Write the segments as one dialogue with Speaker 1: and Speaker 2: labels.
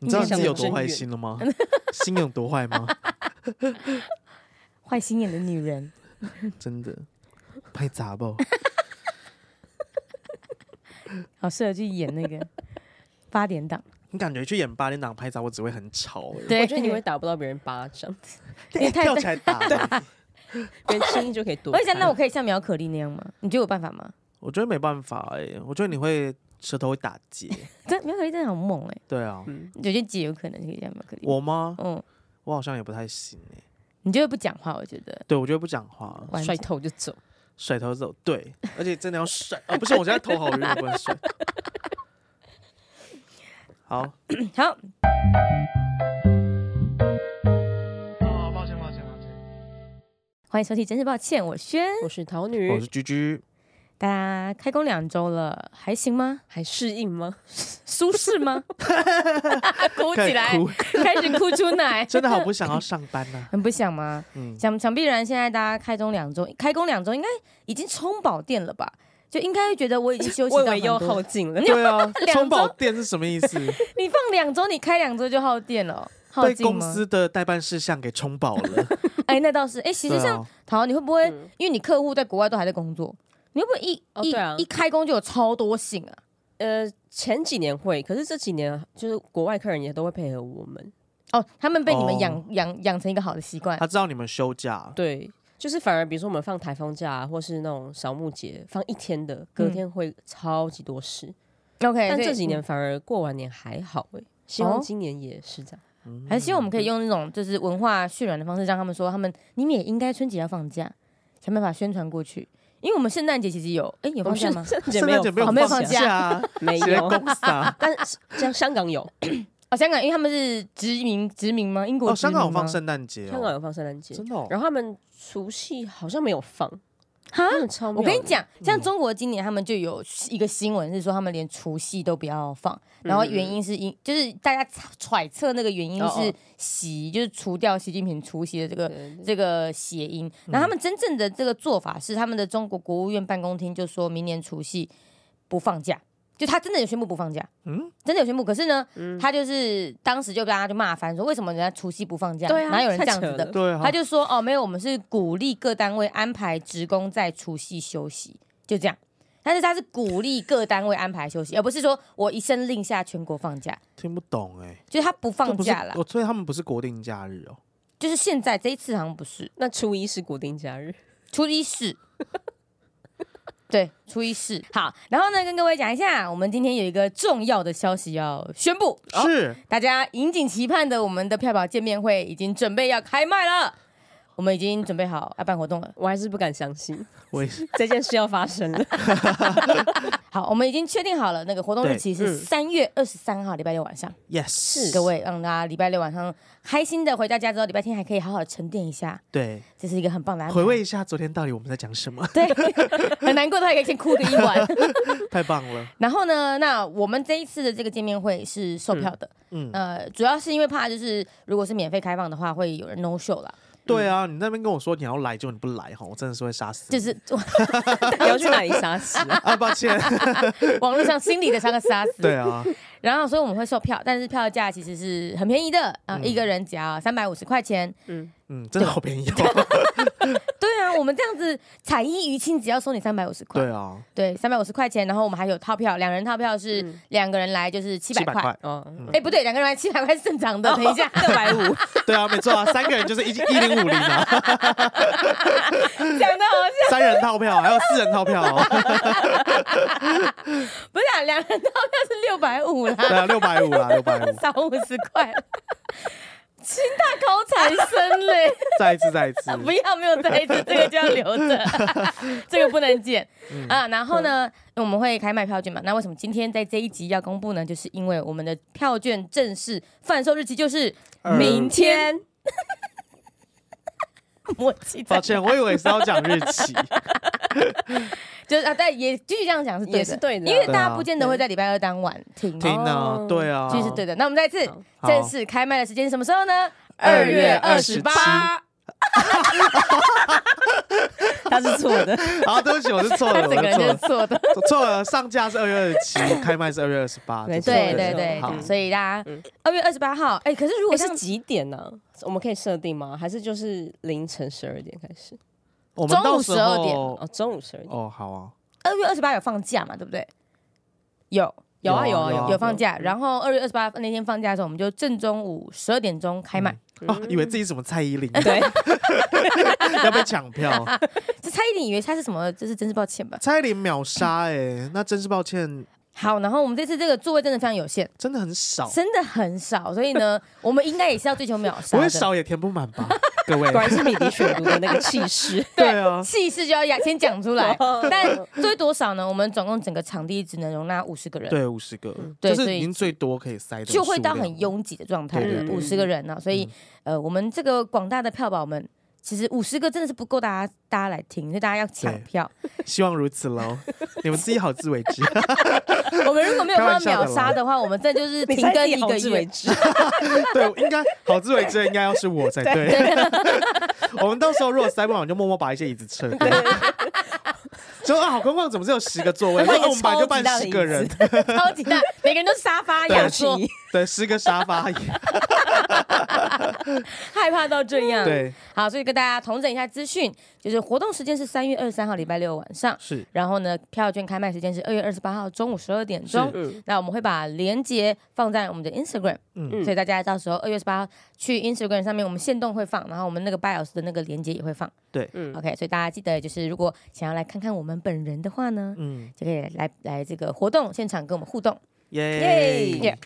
Speaker 1: 你知道
Speaker 2: 印
Speaker 1: 你自
Speaker 2: 象
Speaker 1: 己有多
Speaker 2: 真
Speaker 1: 坏
Speaker 2: 远
Speaker 1: 心了 吗？心有多坏吗？
Speaker 3: 坏心眼的女人。
Speaker 1: 真的，拍砸吧！
Speaker 3: 好适合去演那 个八点档，
Speaker 1: 你感觉去演八点档拍砸，我只会很吵、欸，
Speaker 3: 对
Speaker 2: 我觉得你会打不到别人巴 掌，
Speaker 3: 因为太
Speaker 1: 跳起来 打。
Speaker 2: 别人轻易就可以躲
Speaker 3: 我
Speaker 2: 开。
Speaker 3: 在想，那我可以像苗可丽那样吗？你觉得有办法吗？
Speaker 1: 我觉得没办法哎、我觉得你会舌头会打结。
Speaker 3: 真苗可丽真的好猛哎、
Speaker 1: 对 啊，
Speaker 2: 嗯，
Speaker 3: 我觉得姐有可能可以像苗可丽。
Speaker 1: 我吗？
Speaker 3: 嗯，
Speaker 1: 我好像也不太行哎、
Speaker 3: 你就会不讲话，我觉得
Speaker 1: 对，我觉得不讲话，
Speaker 3: 完
Speaker 2: 甩头就走，
Speaker 1: 甩头走。对，而且真的要甩啊！不是，我现在头好晕，我不能甩。好，
Speaker 3: 好。
Speaker 4: 哦，抱歉，抱歉，抱歉。
Speaker 3: 欢迎收听《真是抱歉》，我轩。
Speaker 2: 我是桃女，
Speaker 1: 我是居居，
Speaker 3: 大家开工两周了，还行 吗？
Speaker 2: 还适应吗？
Speaker 3: 舒适吗？哭起来
Speaker 1: 开始，哭，
Speaker 3: 开始哭出 奶，
Speaker 1: 真的好不想 要上班呐、
Speaker 3: 很不想吗？
Speaker 1: 嗯，
Speaker 3: 想想必然，现在大家开工两周，开工两周应该已经充饱电了吧？就应该会觉得我已经休息
Speaker 2: 我以
Speaker 3: 到
Speaker 2: 为
Speaker 3: 很
Speaker 2: 又
Speaker 3: 多。
Speaker 2: 耗尽了，
Speaker 1: 对啊，
Speaker 3: 两周
Speaker 1: 充饱电是什么意 思？
Speaker 3: 你放两周，你开两周就耗电了，耗
Speaker 1: 被
Speaker 3: 尽
Speaker 1: 公
Speaker 3: 吗？
Speaker 1: 司的代办事项给充饱了。
Speaker 3: 哎，那倒是。哎， 其实
Speaker 1: 对
Speaker 3: 像
Speaker 1: 啊，
Speaker 3: 桃，你会不会
Speaker 2: 嗯
Speaker 3: 因为你客户在国外都还在工作，你会不会一
Speaker 2: 哦
Speaker 3: 一
Speaker 2: 对啊
Speaker 3: 一开工就有超多信啊？
Speaker 2: 呃，前几年会，可是这几年啊就是国外客人也都会配合我们。
Speaker 3: 哦，他们被你们
Speaker 1: 哦啊
Speaker 3: 养养养成一个好的习惯
Speaker 1: 他知道你们休假，
Speaker 2: 对，就是反而比如说我们放台风假、啊，或是那种扫墓节放一天的，隔天会超级多事。
Speaker 3: ，OK。
Speaker 2: 但
Speaker 3: 所以
Speaker 2: 这几年反而过完年还好哎、希
Speaker 3: 哦
Speaker 2: 望今年也是这样。
Speaker 1: 嗯
Speaker 3: 还是希望我们可以用那种就是文化渲染的方式，让他们说他们你们也应该春节要放假，想办法宣传过去。因为我们圣诞节其实有，哎、有放
Speaker 2: 我们
Speaker 3: 假
Speaker 2: 圣
Speaker 3: 吗？
Speaker 2: 圣诞
Speaker 1: 圣诞节
Speaker 2: 节没 有
Speaker 1: 没有
Speaker 3: 没有
Speaker 1: 放
Speaker 3: 放假
Speaker 1: 假，
Speaker 2: 哦没
Speaker 1: 谁在
Speaker 2: 有，
Speaker 1: 公司啊？
Speaker 2: 但是像香港有，
Speaker 3: 哦，香港，因为他们是殖民殖民吗？英国
Speaker 1: 哦，
Speaker 3: 殖
Speaker 1: 香
Speaker 3: 民
Speaker 1: 港有
Speaker 3: 吗
Speaker 1: 放圣诞节哦，
Speaker 2: 香港有放圣诞节
Speaker 1: 真，的哦，
Speaker 2: 然后他们除夕好像没有放，
Speaker 3: 哈，
Speaker 2: 真的超妙
Speaker 3: 我
Speaker 2: 的
Speaker 3: 跟你，讲，像中国今年他们就有一个新闻是说，他们连除夕都不要放，然后原因是因就是大家揣测那个原因
Speaker 2: 嗯哦哦
Speaker 3: 是习，就是除掉习近平除夕的这个
Speaker 2: 对嗯对
Speaker 3: 这个谐音。然后他们真正的这个做法是，他们的中国国务院办公厅就说明年除夕不放假，就他真的有宣布不放假，
Speaker 1: 嗯
Speaker 3: 嗯，真的有宣布。可是呢，
Speaker 2: 嗯
Speaker 3: 他就是当时就被大家就骂翻，说为什么人家除夕不放假？
Speaker 2: 对啊
Speaker 3: 哪有人
Speaker 2: 太
Speaker 3: 这样
Speaker 2: 扯
Speaker 3: 子的
Speaker 2: 了？
Speaker 1: 对啊，
Speaker 3: 他就说哦，没有，我们是鼓励各单位安排职工在除夕休息，就这样。但是他是鼓励各单位安排休息，而不是说我一声令下全国放假，
Speaker 1: 听不懂哎，
Speaker 3: 就是他不放
Speaker 1: 这不是
Speaker 3: 假啦。
Speaker 1: 我所以他们不是国定假日哦，
Speaker 3: 就是现在这一次好像不是
Speaker 2: 那初一是国定假日，
Speaker 3: 初 一是，对，初一是好。然后呢，跟各位讲一下，我们今天有一个重要的消息要宣布，
Speaker 1: 是
Speaker 3: 大家引颈期盼的我们的票宝见面会已经准备要开卖了，我们已经准备好要办活动了。
Speaker 2: 我还是不敢相信
Speaker 1: 我也是
Speaker 2: 这件事要发生了。
Speaker 3: 好，我们已经确定好了，那个活动日期是
Speaker 2: 嗯
Speaker 3: 三月二十三号，礼拜六晚上。
Speaker 1: yes
Speaker 3: 各位，让大家礼拜六晚上开心的回到家之后，礼拜天还可以好好地沉淀一下，
Speaker 1: 对，
Speaker 3: 这是一个很棒的安排。
Speaker 1: 回味一下昨天到底我们在讲什么，
Speaker 3: 对， 很难过的话也可以先哭个一晚。
Speaker 1: 太棒了，
Speaker 3: 然后呢，那我们这一次的这个见面会是售票的，
Speaker 1: 嗯，
Speaker 3: 呃，主要是因为怕就是如果是免费开放的话，会有人 no show 啦，
Speaker 1: 对啊，你那边跟我说你要来，结果你不来哈，我真的是会杀死你，
Speaker 3: 嗯就是
Speaker 2: 你要去哪里杀死啊？
Speaker 1: 啊，抱 歉，
Speaker 3: 网络上心理的三个杀死。
Speaker 1: 对啊，
Speaker 3: 然后所以我们会售票，但是票价其实是很便宜的啊、一个人只要三百五十块钱。
Speaker 1: 嗯，真的好便宜 哦，
Speaker 3: 对啊，我们这样子彩衣娱亲，只要收你三百五十块。
Speaker 1: 对啊，
Speaker 3: 对，三百五十块钱，然后我们还有套票，两人套票是两个人来就是嗯七百
Speaker 1: 700
Speaker 3: 块。，
Speaker 1: 嗯
Speaker 2: 哦，
Speaker 3: 哎，不对，两个人来七百块是正常 的。等一下，
Speaker 2: 六百五，
Speaker 1: 对啊，没错啊，三个人就是一一零五零啊，
Speaker 3: 讲的好像
Speaker 1: 三人套票还有四人套票哦，
Speaker 3: 不是、啊、两人套票是六百五啦，
Speaker 1: 对啊，六百五啊，六百五，
Speaker 3: 少五十块。清大考产生嘞，
Speaker 1: 再一次，再一次，
Speaker 3: 不要没有在一次，这个就要留 着，这个不能剪、啊。然后呢，我们会开卖票券嘛？那为什么今天在这一集要公布呢？就是因为我们的票券正式贩售日期就是
Speaker 1: 二
Speaker 3: 明 天。默契在哪，
Speaker 1: 抱歉，我以为是要讲日期，
Speaker 3: 就是啊，但也继续这样讲是对的，
Speaker 2: 也是对的啊
Speaker 3: 因为大家不见得会在礼拜二当晚听，
Speaker 1: 停啊
Speaker 2: 哦，
Speaker 1: 对啊，
Speaker 3: 继续是对的。那我们再次
Speaker 2: 好
Speaker 3: 正式开卖的时间是什么时候呢？
Speaker 1: 2月28
Speaker 2: 他是错 的，
Speaker 1: 好，对不起，我是错
Speaker 3: 他
Speaker 1: 了，
Speaker 3: 整
Speaker 1: 我
Speaker 3: 个
Speaker 1: 是
Speaker 3: 人
Speaker 1: 错
Speaker 3: 就是
Speaker 1: 了，
Speaker 3: 错的。
Speaker 1: 错了。上架是二月二十七，开卖是二月二十八，
Speaker 2: 没错
Speaker 3: 对
Speaker 1: 就是
Speaker 3: 对对
Speaker 1: 好
Speaker 3: 对，，所以大家
Speaker 2: 嗯
Speaker 3: 二月二十八号，哎，可是如
Speaker 2: 我
Speaker 3: 果像
Speaker 2: 是几点呢、我们可以设定吗？还是就是凌晨十二点开始？
Speaker 1: 我们到时候
Speaker 3: 中午12点
Speaker 2: 哦，中午十二点。
Speaker 1: 哦，好啊，
Speaker 3: 二月二十八有放假嘛，对不对？有
Speaker 2: 有啊
Speaker 1: 有
Speaker 2: 有
Speaker 1: 啊
Speaker 2: 啊
Speaker 1: 有啊
Speaker 3: 哦有嗯放假，然后二月二十八那天放假的时候，我们就正中午十二点钟开卖。
Speaker 1: 哦，以为自己是什么蔡依林，
Speaker 2: 对，
Speaker 1: 要被抢票，
Speaker 3: 这蔡依林以为她是什么？这是真是抱歉吧。
Speaker 1: 蔡依林秒杀哎，那真是抱歉，
Speaker 3: 好，然后我们这次这个座位真的非常有限，
Speaker 1: 真的很少，
Speaker 3: 真的很少，所以 呢，我们应该也是要追求秒杀
Speaker 1: 不会
Speaker 3: 的。
Speaker 1: 少也填不满吧，各位
Speaker 2: 果。然是米迪选读的那个气势。哦
Speaker 1: 对啊，
Speaker 3: 气势就要压先讲出 来，但最多少呢？我们总共整个场地只能容纳五十个人，
Speaker 1: 对，五十个，
Speaker 3: 嗯对
Speaker 1: 就
Speaker 3: 所
Speaker 1: 是
Speaker 3: 以
Speaker 1: 已经最多可以塞的数
Speaker 3: 就
Speaker 1: 量，
Speaker 3: 会到很拥挤的状态
Speaker 1: 对嗯
Speaker 2: 对，对
Speaker 3: 五十个人呢、所以、呃，我们这个广大的票宝们，其实五十个真的是不够大家大家来听，所以大家要抢票。
Speaker 1: 希望如此喽， 你们自己好自为之。
Speaker 3: 我们如果没有办法
Speaker 1: 开玩笑的啦
Speaker 3: 秒杀的话，我们这 就是停更一个
Speaker 2: 为
Speaker 3: 月。
Speaker 2: 止。
Speaker 1: 对，应该好自为之的应该要是我才对。 我们到时候如果塞不满，我们就默默把一些椅子撤 掉。就啊，好空旷，怎么只有十个 座位？
Speaker 2: 换
Speaker 1: 那
Speaker 2: 一个
Speaker 1: 我们本来就
Speaker 2: 超级
Speaker 1: 办
Speaker 2: 大的
Speaker 1: 十个人
Speaker 2: 椅，
Speaker 3: 超级大，每个人都是沙发
Speaker 1: 对
Speaker 3: 雅
Speaker 2: 表
Speaker 3: 座，
Speaker 2: 情
Speaker 1: 对，十个沙发 椅。
Speaker 3: 害怕到这样。，
Speaker 1: 对，
Speaker 3: 好，所以跟大家同整一下资讯，就是活动时间是三月二十三号礼拜六晚上，
Speaker 1: 是
Speaker 3: 然后呢，票券开卖时间是二月二十八号中午十二点钟。
Speaker 2: 嗯
Speaker 3: 那我们会把链接放在我们的 Instagram，
Speaker 1: 嗯
Speaker 3: 所以大家到时候二月十八号去 Instagram 上面，我们限动会放，然后我们那个 bios 的那个链接也会放。
Speaker 2: 嗯，
Speaker 3: OK，所以大家记得，就是如果想要来看看我们本人的话呢，
Speaker 1: 嗯，
Speaker 3: 就可以来来这个活动现场跟我们互动。 耶
Speaker 1: 耶！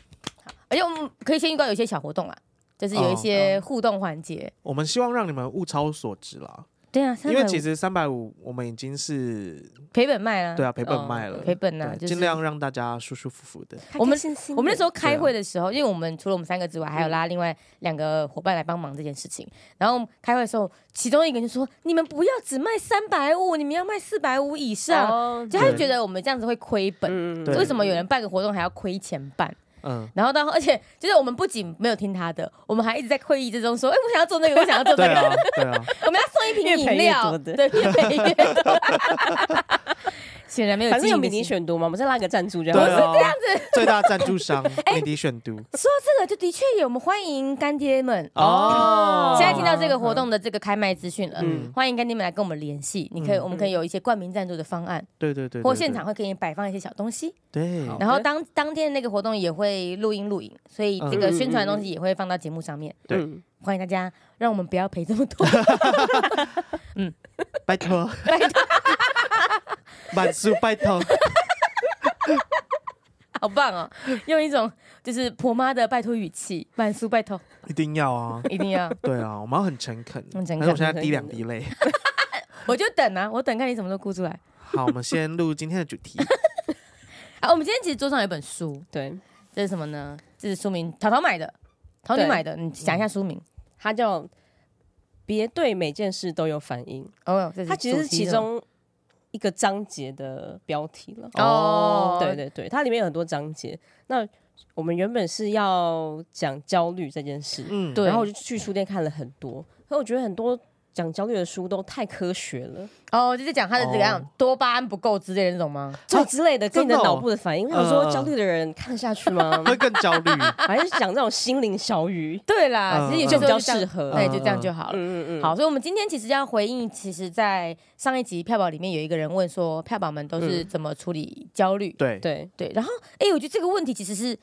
Speaker 3: 而且我们可以先预告有一些小活动啦，啊就是
Speaker 1: 哦
Speaker 3: 有一些互动环节。
Speaker 1: 我们希望让你们物超所值啦，
Speaker 3: 对啊，
Speaker 1: 因为
Speaker 3: 350
Speaker 1: 其实三百五我们已经是
Speaker 3: 赔本卖啦，
Speaker 1: 对啊赔本卖了
Speaker 3: 嗯赔本啊，
Speaker 1: 对
Speaker 3: 就是
Speaker 1: 尽量让大家舒舒服服的。
Speaker 2: 我们
Speaker 3: 我们那时
Speaker 2: 候
Speaker 3: 候开会的时候，因为我们除了我们三个之外，还
Speaker 2: 嗯
Speaker 3: 有拉另外两个伙伴来帮忙这件事情。然后我们开会的时候，其中一个人就说：“你们不要只卖三百五，你们要卖四百五以上。
Speaker 2: 上
Speaker 3: 啊就他就觉得我们这样子会亏本，
Speaker 2: 嗯
Speaker 1: 对
Speaker 3: 为什么有人办个活动还要亏钱办？
Speaker 1: 嗯，
Speaker 3: 然后到而且就是我们不仅没有听他的，我们还一直在会议之中说：“哎、我想要做那个，我想要做
Speaker 1: 对
Speaker 3: 那个。
Speaker 1: 啊，对啊，
Speaker 3: 我们要送一瓶饮
Speaker 2: 越赔越
Speaker 3: 料，
Speaker 2: 多的
Speaker 3: 对，越赔越 多。显然没有，
Speaker 2: 反正有迷你，选读嘛，我们再拉个赞助 这
Speaker 1: 对
Speaker 2: 样。
Speaker 1: 啊，这样子。最大赞助商
Speaker 3: 哎
Speaker 1: 美迪选读
Speaker 3: 这个就的确有，我们欢迎干爹们。
Speaker 1: 哦
Speaker 3: 现在听到这个活动的这个开卖资讯了，
Speaker 2: 嗯
Speaker 3: 欢迎干爹们来跟我们联系。你可以，我们可以有一些冠名赞助的方案，
Speaker 1: 对对对，对
Speaker 3: 或
Speaker 1: 对
Speaker 3: 现场会给你摆放一些小东西。
Speaker 1: 对，
Speaker 2: 好
Speaker 3: 然后当当天那个活动也会录音录影，所以这个宣传的东西也会放到节目上面。
Speaker 1: 对
Speaker 2: 嗯
Speaker 3: 欢迎大家，让我们不要赔这么 多。
Speaker 1: 拜托，满叔拜托，
Speaker 3: 好棒哦！用一种就是婆妈的拜托语气，满叔拜托，
Speaker 1: 一定要啊！
Speaker 3: 一定 要，
Speaker 1: 对啊，我们要很诚恳，
Speaker 3: 很诚恳
Speaker 1: 但是我现在滴两滴泪。
Speaker 3: 我就等啊，我等看你什么时候哭出来。
Speaker 1: 好，我们先录今天的主 题。
Speaker 3: 啊，我们今天其实桌上有一本书，
Speaker 2: 对，
Speaker 3: 这是什么呢？这是书名，淘淘买的，淘你
Speaker 2: 对
Speaker 3: 买的，你讲一下书名。
Speaker 2: 他叫别对每件事都有反应，
Speaker 3: 哦，这
Speaker 2: 它其实
Speaker 3: 主
Speaker 2: 是
Speaker 3: 题
Speaker 2: 其
Speaker 3: 的
Speaker 2: 中一个章节的标题了。
Speaker 3: 哦，
Speaker 2: 对对对，它里面有很多章节。那我们原本是要讲焦虑这件事，
Speaker 1: 嗯，
Speaker 3: 对
Speaker 2: 然后我就去书店看了很多，可我觉得很多讲焦虑的书都太科学了，
Speaker 3: 哦，就是讲他的这个样
Speaker 1: 哦
Speaker 3: 多巴胺不够之类的那种吗？
Speaker 2: 这之类的跟你的
Speaker 1: 真的哦
Speaker 2: 脑部的反应。我
Speaker 1: 嗯
Speaker 2: 想说，
Speaker 1: 嗯
Speaker 2: 焦虑的人看得下 去吗？
Speaker 1: 会更焦 虑。
Speaker 2: 还是讲这种心灵小语，
Speaker 3: 对啦，
Speaker 1: 嗯
Speaker 3: 其实有
Speaker 1: 嗯
Speaker 3: 些
Speaker 2: 就
Speaker 3: 时
Speaker 2: 比
Speaker 3: 候
Speaker 2: 较
Speaker 3: 就这样
Speaker 2: 适合。
Speaker 3: 对，
Speaker 1: 嗯
Speaker 3: 就这样就好了。
Speaker 2: 嗯嗯嗯，
Speaker 3: 好，所以我们今天其实要回应，其实，在上一集票宝里面有一个人问说，票宝们都是怎么处理焦虑？
Speaker 1: 对，
Speaker 2: 对，
Speaker 3: 对，然后哎、诶我觉得这个问题其实是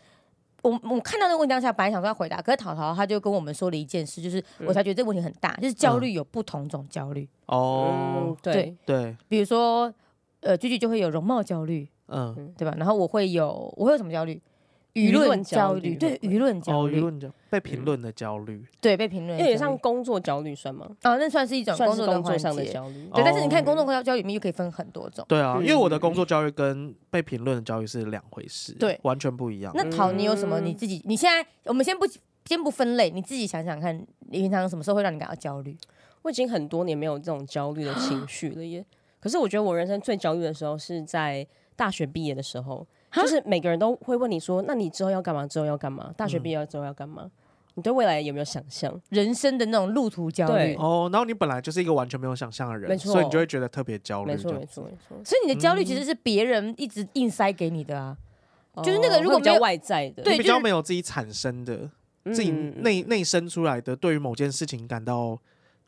Speaker 3: 我我看到那个问题当下，本来想说要回答，可是淘淘他就跟我们说了一件事，就是我才觉得这个问题很大，就是焦虑有不同种焦虑，
Speaker 1: 哦
Speaker 2: 嗯，，对，
Speaker 1: 对，
Speaker 3: 比如说呃，菊菊就会有容貌焦虑，
Speaker 1: 嗯，
Speaker 3: 对吧？然后我会有我会有什么焦虑？舆
Speaker 2: 舆论
Speaker 3: 论
Speaker 2: 焦
Speaker 3: 焦
Speaker 2: 虑
Speaker 3: 虑，对
Speaker 2: 会
Speaker 3: 舆论焦
Speaker 1: 哦，
Speaker 3: 虑
Speaker 1: 舆，论焦被评论的焦虑，
Speaker 3: 对被评论，
Speaker 2: 有点像工作焦虑算吗？
Speaker 3: 啊，那算是一种
Speaker 2: 算
Speaker 3: 工
Speaker 2: 是
Speaker 3: 作
Speaker 2: 工作
Speaker 3: 环
Speaker 2: 上的
Speaker 3: 节
Speaker 2: 焦虑。
Speaker 3: 对，但是你看
Speaker 1: 哦
Speaker 3: 工作焦虑里面又可以分很多种。
Speaker 1: 对啊，
Speaker 2: 嗯
Speaker 1: 因为我的工作焦虑跟被评论的焦虑是两回事，
Speaker 3: 对
Speaker 1: 完全不一
Speaker 2: 嗯
Speaker 1: 样。
Speaker 3: 那讨你有什么？你自己你现在我们先不先不分类，你自己想想看，你平常有什么时候会让你感到焦虑？
Speaker 2: 我已经很多年没有这种焦虑的情绪了耶。可是我觉得我人生最焦虑的时候是在大学毕业的时候，就是每个人都会问你说：“那你之后要干嘛？之后要干嘛？大学毕业之后要干嘛？”你对未来有没有想象？
Speaker 3: 人生的那种路途焦虑
Speaker 2: 对。
Speaker 1: 哦，然后你本来就是一个完全没有想象的
Speaker 2: 没
Speaker 1: 人，
Speaker 2: 错
Speaker 1: 所以你就会觉得特别焦虑。
Speaker 2: 没错，
Speaker 1: 这样
Speaker 2: 没错，没错，
Speaker 3: 所以你的焦虑
Speaker 2: 嗯
Speaker 3: 其实是别人一直硬塞给你的啊，就是那个
Speaker 2: 哦
Speaker 3: 如果
Speaker 2: 会比较
Speaker 3: 没有
Speaker 2: 外在的，
Speaker 3: 对
Speaker 1: 你比
Speaker 3: 就是
Speaker 1: 较没有自己产生的、自己
Speaker 2: 嗯
Speaker 1: 内内生出来的，对于某件事情感到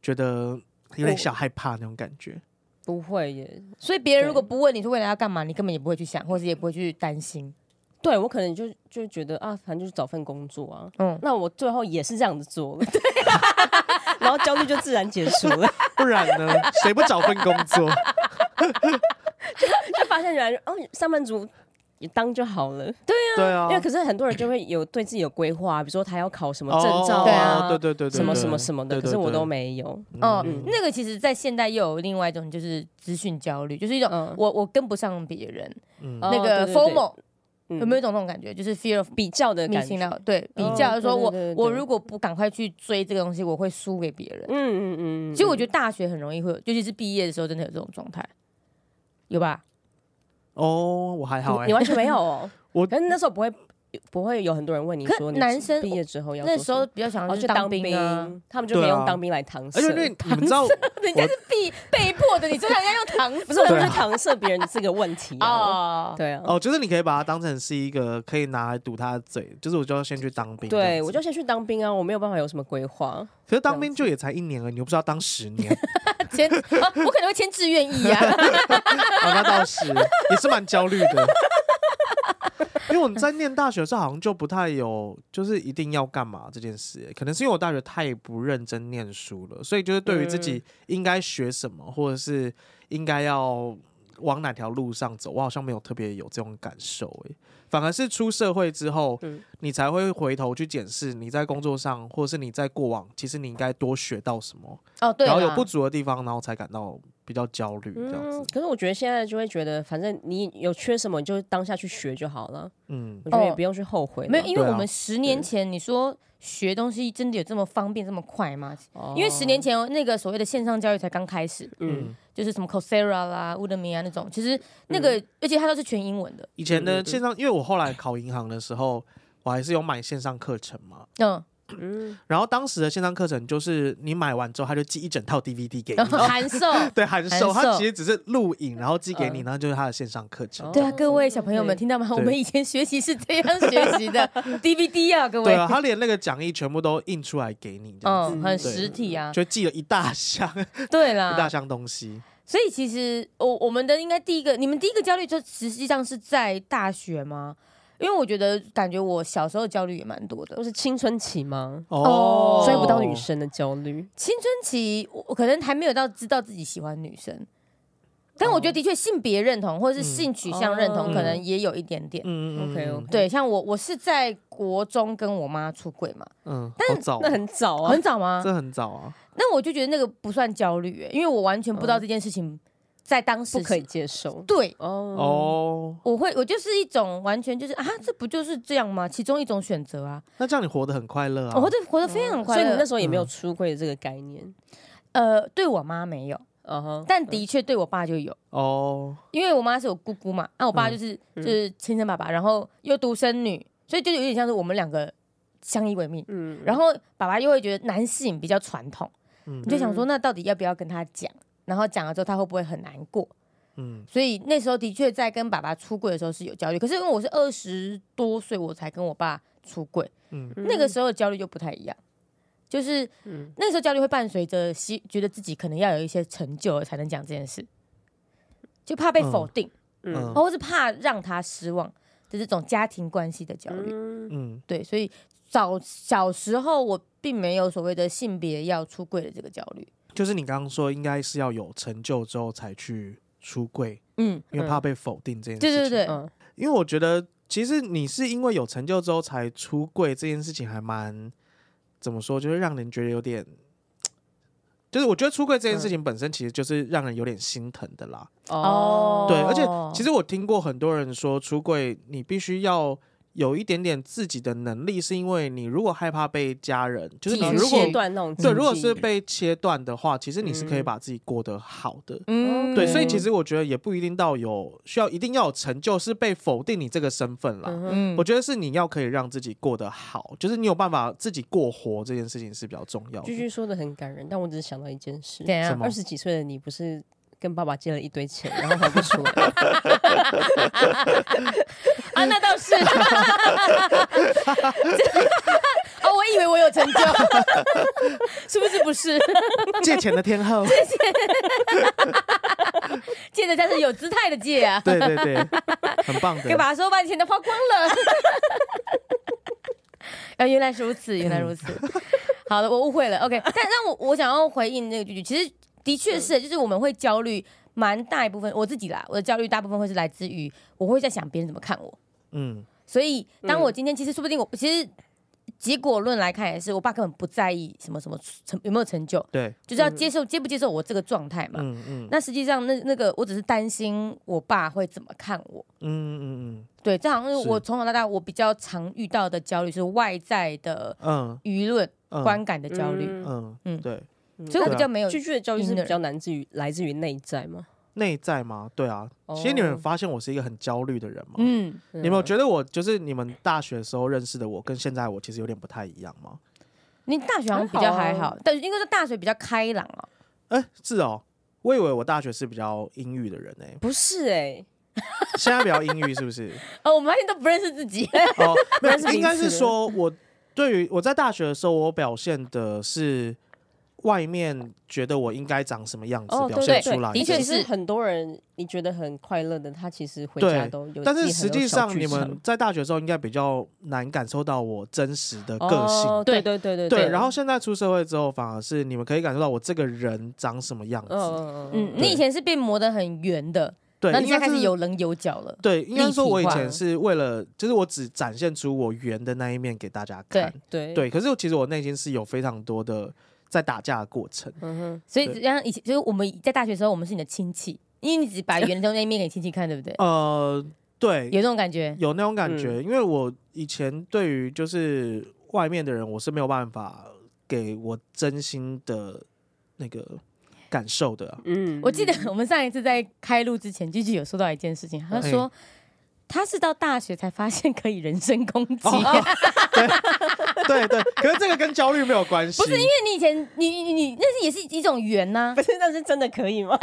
Speaker 1: 觉得有点小害怕那种感 觉。
Speaker 2: 不会耶。
Speaker 3: 所以别人
Speaker 2: 对
Speaker 3: 如果不问你说未来要干嘛，你根本也不会去想，或者也不会去担心。
Speaker 2: 对我可能就就觉得啊，反正就是找份工作啊。
Speaker 3: 嗯，
Speaker 2: 那我最后也是这样子做了， 对、然后焦虑就自然结束了，
Speaker 1: 不然呢，谁不找份工作？
Speaker 2: 就发现原来哦，上班族也当就好了。
Speaker 1: 对啊
Speaker 2: 因，为可是很多人就会有对自己有规划，啊比如说他要考什么
Speaker 1: 哦
Speaker 2: 证照
Speaker 1: 对
Speaker 2: 啊，
Speaker 1: 对对对对，
Speaker 2: 什么什么什么的，
Speaker 1: 对
Speaker 2: 可
Speaker 1: 对
Speaker 2: 是我
Speaker 1: 对
Speaker 2: 都没有。
Speaker 3: 哦、
Speaker 1: 嗯
Speaker 3: 那个其实，在现代又有另外一种，就是资讯焦虑，就是一种、
Speaker 2: 嗯
Speaker 3: 我我跟不上别人，
Speaker 1: 嗯
Speaker 2: 哦
Speaker 3: 那个
Speaker 2: 对对对
Speaker 3: FOMO
Speaker 2: 嗯
Speaker 3: 有没有一种那种感觉，就是 fear of
Speaker 2: 比较的感
Speaker 3: missing
Speaker 2: 觉？
Speaker 3: out，对，比
Speaker 2: 哦
Speaker 3: 较、就是说
Speaker 2: 对对
Speaker 3: 我
Speaker 2: 对对
Speaker 3: 我
Speaker 2: 对
Speaker 3: 如果不赶快去追这个东西，我会输给别人。
Speaker 2: 嗯嗯嗯。
Speaker 3: 其实我觉得大学很容易会有，尤其是毕业的时候，真的有这种状态，有吧？
Speaker 1: 哦，我还好
Speaker 2: 你
Speaker 1: 哎、。
Speaker 2: 嗯你完全没有哦
Speaker 1: 我
Speaker 2: 可是那时候不会不会有很多人问你
Speaker 3: 可
Speaker 2: 说你
Speaker 3: 男生
Speaker 2: 毕业之后要做
Speaker 3: 那时候
Speaker 2: 什么。
Speaker 3: 比较想要
Speaker 2: 哦，
Speaker 3: 去
Speaker 2: 就
Speaker 3: 当
Speaker 2: 当
Speaker 3: 兵啊，
Speaker 2: 兵，他们就可以
Speaker 1: 对啊
Speaker 2: 用当兵来搪
Speaker 1: 而
Speaker 2: 塞
Speaker 1: 且，因为你们知道，
Speaker 3: 人家是 被被迫的，你说人家用搪塞
Speaker 2: 不是我
Speaker 1: 对
Speaker 2: 们
Speaker 1: 啊
Speaker 2: 在搪塞别人这个问题啊，
Speaker 3: 哦，
Speaker 2: 对啊，
Speaker 1: 哦，就是你可以把它当成是一个可以拿来堵他的嘴，就是我就要先去当兵这样子。
Speaker 2: 对我就先去当兵啊，我没有办法有什么规划，
Speaker 1: 可是当兵就也才一年而已，你又不是要当十年
Speaker 3: 签、啊我可能会签志愿意啊，
Speaker 1: 啊，那倒是也是蛮焦虑的。 因为我在念大学的时候，好像就不太有，就是一定要干嘛这件事欸。可能是因为我大学太不认真念书了，所以就是对于自己应该学什么，或者是应该要往哪条路上走，我好像没有特别有这种感受。哎，反而是出社会之后，
Speaker 2: 嗯
Speaker 1: 你才会回头去检视你在工作上，或者是你在过往，其实你应该多学到什么。
Speaker 3: 哦对啦，
Speaker 1: 然后有不足的地方，然后才感到比较焦虑这样
Speaker 2: 嗯
Speaker 1: 子。，
Speaker 2: 可是我觉得现在就会觉得，反正你有缺什么，你就当下去学就好了，
Speaker 1: 嗯，
Speaker 2: 我觉得也
Speaker 3: 哦
Speaker 2: 不用去后悔了。
Speaker 3: 没有，因为
Speaker 1: 对啊
Speaker 3: 我们十年前你说学东西真的有这么方便这么快吗？
Speaker 2: 哦
Speaker 3: 因为十年，前那个所谓的线上教育才刚开始，
Speaker 2: 嗯，
Speaker 3: 就是什么 Coursera 啦、Udemy 啊那种，其实那个、
Speaker 1: 嗯
Speaker 3: 而且它都是全英文的，
Speaker 1: 以前
Speaker 2: 嗯
Speaker 1: 的
Speaker 2: 嗯
Speaker 1: 线上，因为我后来考银行的时候，我还是有买线上课程嘛。
Speaker 3: 嗯，
Speaker 2: 嗯，
Speaker 1: 然后当时的线上课程就是你买完之后，他就寄一整套 DVD 给
Speaker 3: 然后
Speaker 1: 你。
Speaker 3: 函授。
Speaker 1: 对，函
Speaker 3: 函
Speaker 1: 授，他
Speaker 3: 授
Speaker 1: 其实只是录影，然后寄给你，
Speaker 2: 嗯
Speaker 1: 然后就是他的线上课程
Speaker 2: 哦。
Speaker 3: 对啊，各位小朋友们
Speaker 2: 对
Speaker 3: 听到吗？我
Speaker 1: 对
Speaker 3: 们以前学习是这样学 习的 DVD 啊，各
Speaker 1: 对
Speaker 3: 位，
Speaker 1: 啊，他连那个讲义全部都印出来给你，这样子
Speaker 3: 嗯，很
Speaker 1: 对
Speaker 3: 实体啊，
Speaker 1: 就寄了一大 箱
Speaker 2: 嗯
Speaker 3: 对
Speaker 1: 一大
Speaker 3: 啦。
Speaker 1: 箱东西。
Speaker 3: 所以其实我我们的应该第一个，你们第一个焦虑就实际上是在大学吗？因为我觉得感觉我小时候焦虑也蛮多的
Speaker 2: 都，是青春期吗？
Speaker 3: 哦
Speaker 2: 追不到女，生的焦虑，
Speaker 3: 青春期我我可能还没有到知道自己喜欢女生，但我觉得
Speaker 2: 哦
Speaker 3: 的确性别认同或者是性取向认同
Speaker 2: 嗯
Speaker 3: 可能也有一点点。
Speaker 1: 嗯嗯
Speaker 2: OK，OK
Speaker 3: 对，像我我是在国中跟我妈出柜嘛，
Speaker 1: 嗯，好早哦，
Speaker 2: 那很早啊
Speaker 3: 很，早吗？
Speaker 1: 这很早啊，
Speaker 3: 那我就觉得那个不算焦虑、欸，因为我完全不知道这件事情在当时
Speaker 2: 哦不可以
Speaker 3: 是。
Speaker 2: 接受。
Speaker 3: 对，
Speaker 2: 哦
Speaker 1: 哦，
Speaker 3: 我会我就是一种完全就是啊，这不就是这样吗？其中一种选择啊，
Speaker 1: 那这样你活得很快乐啊！
Speaker 3: 我活得活得非常快
Speaker 2: 哦所以
Speaker 3: 乐。
Speaker 2: 你那时候也没有出柜的这个概念。
Speaker 3: 呃，对我妈没有，
Speaker 2: 嗯哼，
Speaker 3: 但的确对我爸就有。
Speaker 1: 哦，
Speaker 3: 因为我妈是我姑姑嘛，那、啊我爸就是、
Speaker 2: 嗯
Speaker 3: 就是亲生爸爸，然后又独生女，所以就有点像是我们两个相依为命。
Speaker 2: 嗯
Speaker 3: 然后爸爸又会觉得男性比较传统，
Speaker 1: 嗯
Speaker 3: 你就想说那到底要不要跟他讲？然后讲了之后他会不会很难过？
Speaker 1: 嗯，
Speaker 3: 所以那时候的确在跟爸爸出柜的时候是有焦虑，可是因为我是二十多岁我才跟我爸出柜，
Speaker 1: 嗯
Speaker 3: 那个时候的焦虑就不太一样。就是
Speaker 2: 嗯
Speaker 3: 那时候焦虑会伴随着希，觉得自己可能要有一些成就了才能讲这件事，就怕被否定。
Speaker 1: 嗯
Speaker 3: 哦
Speaker 2: 哦
Speaker 3: 或是怕让他失望的这种家庭关系的焦虑。
Speaker 2: 嗯
Speaker 1: 嗯，
Speaker 3: 对，所以早小时候我并没有所谓的性别要出柜的这个焦虑。
Speaker 1: 就是你刚刚说，应该是要有成就之后才去出柜，
Speaker 3: 嗯，
Speaker 1: 因为怕被否定这件事
Speaker 3: 对
Speaker 1: 情。
Speaker 3: 对对，
Speaker 2: 嗯
Speaker 1: 因为我觉得，其实你是因为有成就之后才出柜这件事情，还蛮怎么说，就是让人觉得有点，就是我觉得出柜这件
Speaker 3: 嗯
Speaker 1: 事情本身其实就是让人有点心疼的啦。
Speaker 3: 哦
Speaker 1: 对，而且其实我听过很多人说，出柜你必须要有一点点自己的能力，是因为你如果害怕被家人，就是你
Speaker 3: 嗯
Speaker 1: 如
Speaker 3: 是
Speaker 1: 果
Speaker 2: 切断那种
Speaker 1: 对，
Speaker 2: 经
Speaker 1: 如果
Speaker 2: 济
Speaker 1: 是被切断的话，其实你是可以
Speaker 2: 嗯
Speaker 1: 把自己过得好的。
Speaker 3: 嗯
Speaker 1: 哦对，所以其实我觉得也不一定到有需要，一定要有成就，是被否定你这个身份啦。
Speaker 2: 嗯哼
Speaker 3: 嗯
Speaker 1: 我觉得是你要可以让自己过得好，就是你有办法自己过活这件事情是比较重要
Speaker 2: 居
Speaker 1: 的。
Speaker 2: 居说的很感人，但我只是想到一件事：
Speaker 3: 怎
Speaker 1: 什
Speaker 3: 样
Speaker 1: 么？
Speaker 2: 二十几岁的你不是跟爸爸借了一堆钱，然后还不 出来？
Speaker 3: 啊，那倒是。 哦，我以为我有成就， 是不是不是？
Speaker 1: 借钱的天后，
Speaker 3: 借的但是有姿态的借啊，
Speaker 1: 对对对，很棒
Speaker 3: 给
Speaker 1: 的。
Speaker 3: 把手把你钱都花光了。啊，原来如此，原来如此。 好的，我误会了。OK，但但我我想要回应那个句句，其实的确是，就是我们会焦虑，蛮大一部分我自己啦，我的焦虑大部分会是来自于我会在想别人怎么看我。
Speaker 1: 嗯，
Speaker 3: 所以，当我
Speaker 2: 嗯
Speaker 3: 今天其实说不定我其实结果论来看也是，我爸根本不在意什么什么成有没有成就，
Speaker 1: 对，
Speaker 3: 就是要
Speaker 2: 嗯
Speaker 3: 接受接不接受我这个状态嘛。
Speaker 1: 嗯嗯，
Speaker 3: 那实际上那那个我只是担心我爸会怎么看我。
Speaker 1: 嗯嗯
Speaker 3: 对，这好像是
Speaker 1: 是
Speaker 3: 我从小到大我比较常遇到的焦虑，是外在的
Speaker 1: 嗯
Speaker 3: 舆论
Speaker 1: 嗯，
Speaker 3: 观感的焦虑，
Speaker 2: 嗯，
Speaker 1: 嗯
Speaker 3: 嗯
Speaker 1: 嗯，对，
Speaker 3: 所以
Speaker 1: 对
Speaker 3: 我比
Speaker 1: 啊
Speaker 3: 较没有
Speaker 2: 居居的教育是
Speaker 3: inner
Speaker 2: 比较难自于来自于内在吗？
Speaker 1: 内在吗？对啊，其实你们发现我是一个很焦虑的人吗？
Speaker 3: 嗯，
Speaker 2: 你
Speaker 1: 你们有觉得我就是你们大学的时候认识的我，跟现在我其实有点不太一样吗？
Speaker 3: 你大学好像比较还
Speaker 2: 还好啊
Speaker 3: 好，但应该说大学比较开朗哦。
Speaker 1: 哎、是哦，我以为我大学是比较阴郁的人 呢、
Speaker 2: 不是哎、
Speaker 1: 现在比较阴郁是不 是？
Speaker 3: 哦，我们发现都不认识自己，
Speaker 1: 哦，没
Speaker 2: 那是
Speaker 1: 有，
Speaker 2: 彼
Speaker 1: 应该是
Speaker 2: 此的
Speaker 1: 说我对于我在大学的时候，我表现的是外面觉得我应该长什么样子
Speaker 2: 哦，
Speaker 1: 表
Speaker 2: 对
Speaker 1: 现
Speaker 2: 对
Speaker 1: 出来
Speaker 2: 对，
Speaker 3: 的确
Speaker 2: 其
Speaker 3: 是
Speaker 2: 实很多人你觉得很快乐的，他其实回
Speaker 1: 对
Speaker 2: 家都有自己很多小剧
Speaker 1: 但
Speaker 2: 场，
Speaker 1: 是实际上，你们在大学的时候应该比较难感受到我真实的个性，
Speaker 2: 哦对对对对
Speaker 1: 对。然后现在出社会之后，反而是你们可以感受到我这个人长什么样子，
Speaker 2: 嗯嗯
Speaker 3: 嗯
Speaker 2: 嗯，
Speaker 3: 你以前是被磨得很圆的，
Speaker 1: 对。
Speaker 3: 那你
Speaker 1: 应
Speaker 3: 现在
Speaker 1: 该
Speaker 3: 开始
Speaker 1: 是
Speaker 3: 有棱有角了。
Speaker 1: 对，应该说我以
Speaker 3: 立体化
Speaker 1: 前是为了，就是我只展现出我圆的那一面给大家看，
Speaker 2: 对
Speaker 1: 对。可是其实我内心是有非常多的在打架的过程，
Speaker 2: 嗯哼，
Speaker 3: 所以
Speaker 1: 对
Speaker 3: 只像以前，就是我们在大学的时候，我们是你的亲戚，因为你只把圆的那一面给亲戚看，对不对？
Speaker 1: 呃，对，
Speaker 3: 有这种感觉，
Speaker 1: 有那种感觉，因为我以前对于就是外面的人，我是没有办法给我真心的那个感受的 啊、
Speaker 2: 嗯
Speaker 3: 我记得我们上一次在开录之前，句句有说到一件事情，他
Speaker 1: 哎
Speaker 3: 说他是到大学才发现可以人身攻击，啊因为
Speaker 1: 哦对对，可是这个跟焦虑没有关系，不是因为
Speaker 3: 你以前你你你那是也是一种缘呐
Speaker 2: 不。是，那是真的可 以吗？